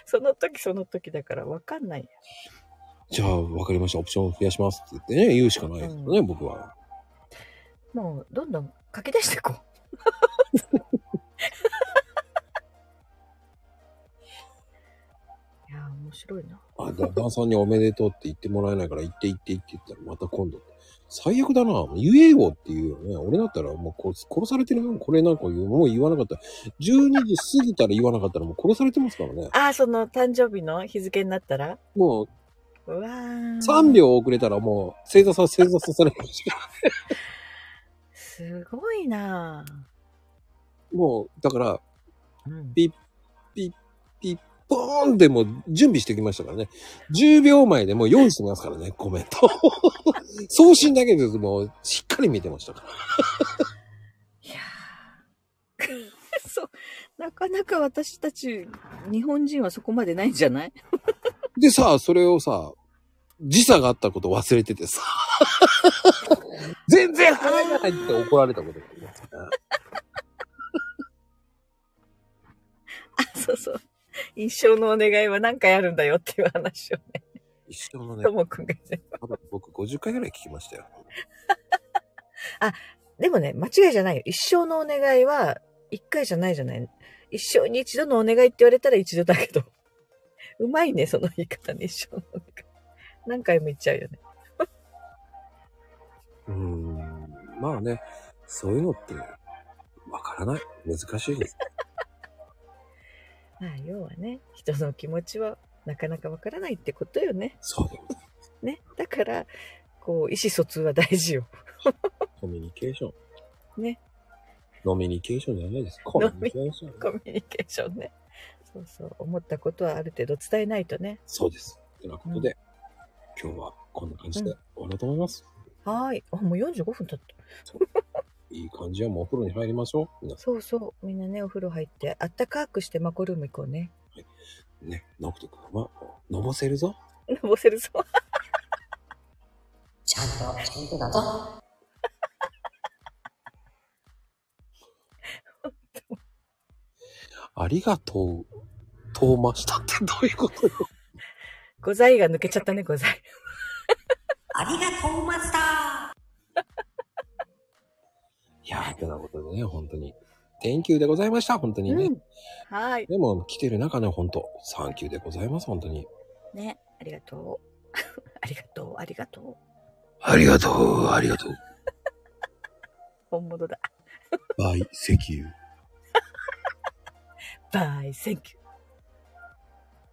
[SPEAKER 3] その時その時だから分かんない
[SPEAKER 1] じゃあ、わかりました。オプション増やしますって言ってね、言うしかないですよね、
[SPEAKER 3] う
[SPEAKER 1] 僕は。
[SPEAKER 3] もうどんどん書き出していこういやー面白いな
[SPEAKER 1] あ、だ、旦さんにおめでとうって言ってもらえないから、言って言って言って言ったら、また今度。最悪だな。言えよって言うよね。俺だったらもう殺殺されてるよ。これなんか言う。もう言わなかったら。12時過ぎたら言わなかったらもう殺されてますからね。
[SPEAKER 3] ああその誕生日の日付になったら
[SPEAKER 1] もう
[SPEAKER 3] うわー
[SPEAKER 1] 3秒遅れたらもう正座さ、正座させられましたか
[SPEAKER 3] すごいな
[SPEAKER 1] ら。もう、だから、
[SPEAKER 3] ー、うん
[SPEAKER 1] ピッポーンでもう準備してきましたからね。10秒前でもう用意してますからね、コメント。 送信だけです。もうしっかり見てましたから。
[SPEAKER 3] いやーそうなかなか私たち日本人はそこまでないんじゃない
[SPEAKER 1] でさ、それをさ、時差があったこと忘れててさ、全然早いないって怒られたことがありますね。
[SPEAKER 3] あそうそう一生のお願いは何回あるんだよっていう話をね
[SPEAKER 1] 一生のね
[SPEAKER 3] と、もくんがね
[SPEAKER 1] 多分僕50回ぐらい聞きましたよ。
[SPEAKER 3] でもね間違いじゃないよ一生のお願いは一回じゃないじゃない一生に一度のお願いって言われたら一度だけど。うまいね、その言い方ね、一生のお願い。何回も言っちゃうよね。
[SPEAKER 1] うーん。まあね、そういうのって、わからない。難しいです。
[SPEAKER 3] まあ、要はね、人の気持ちはなかなかわからないってことよね。
[SPEAKER 1] そう。
[SPEAKER 3] ね。だから、こう、意思疎通は大事よ。
[SPEAKER 1] コミュニケーション。
[SPEAKER 3] ね。
[SPEAKER 1] ノミニケーションじゃないです。コミュニケーション。
[SPEAKER 3] コミュニケーションね。そうそう。思ったことはある程度伝えないとね。
[SPEAKER 1] そうです。てなことで、今日はこんな感じで終わろうと思います。
[SPEAKER 3] はーい。あ、もう45分経った。
[SPEAKER 1] いい感じや、もうお風呂に入りましょう。皆さ
[SPEAKER 3] そうそう。みんなね、お風呂入って、あったかくしてマコルーム行こうね。
[SPEAKER 1] んね、ノクト君は、のぼせるぞ。
[SPEAKER 3] のぼせるぞ。
[SPEAKER 2] ちゃんとしていくのと。
[SPEAKER 1] ありがとう、トーマしたってどういうことよ。
[SPEAKER 3] ございが抜けちゃったね、ござい。
[SPEAKER 2] ありがとうマスター
[SPEAKER 1] いやー、てなことでね、本当に。Thank you でございました、本当にね。
[SPEAKER 3] うん。はーい。
[SPEAKER 1] でも、来てる中ね、本当サンキューでございます、本当に。
[SPEAKER 3] ね。ありがとう。 ありがとう、ありがとう。
[SPEAKER 1] ありがとう、ありがとう。
[SPEAKER 3] 本物だ。
[SPEAKER 1] バイ、石油。
[SPEAKER 3] バイ、センキュー。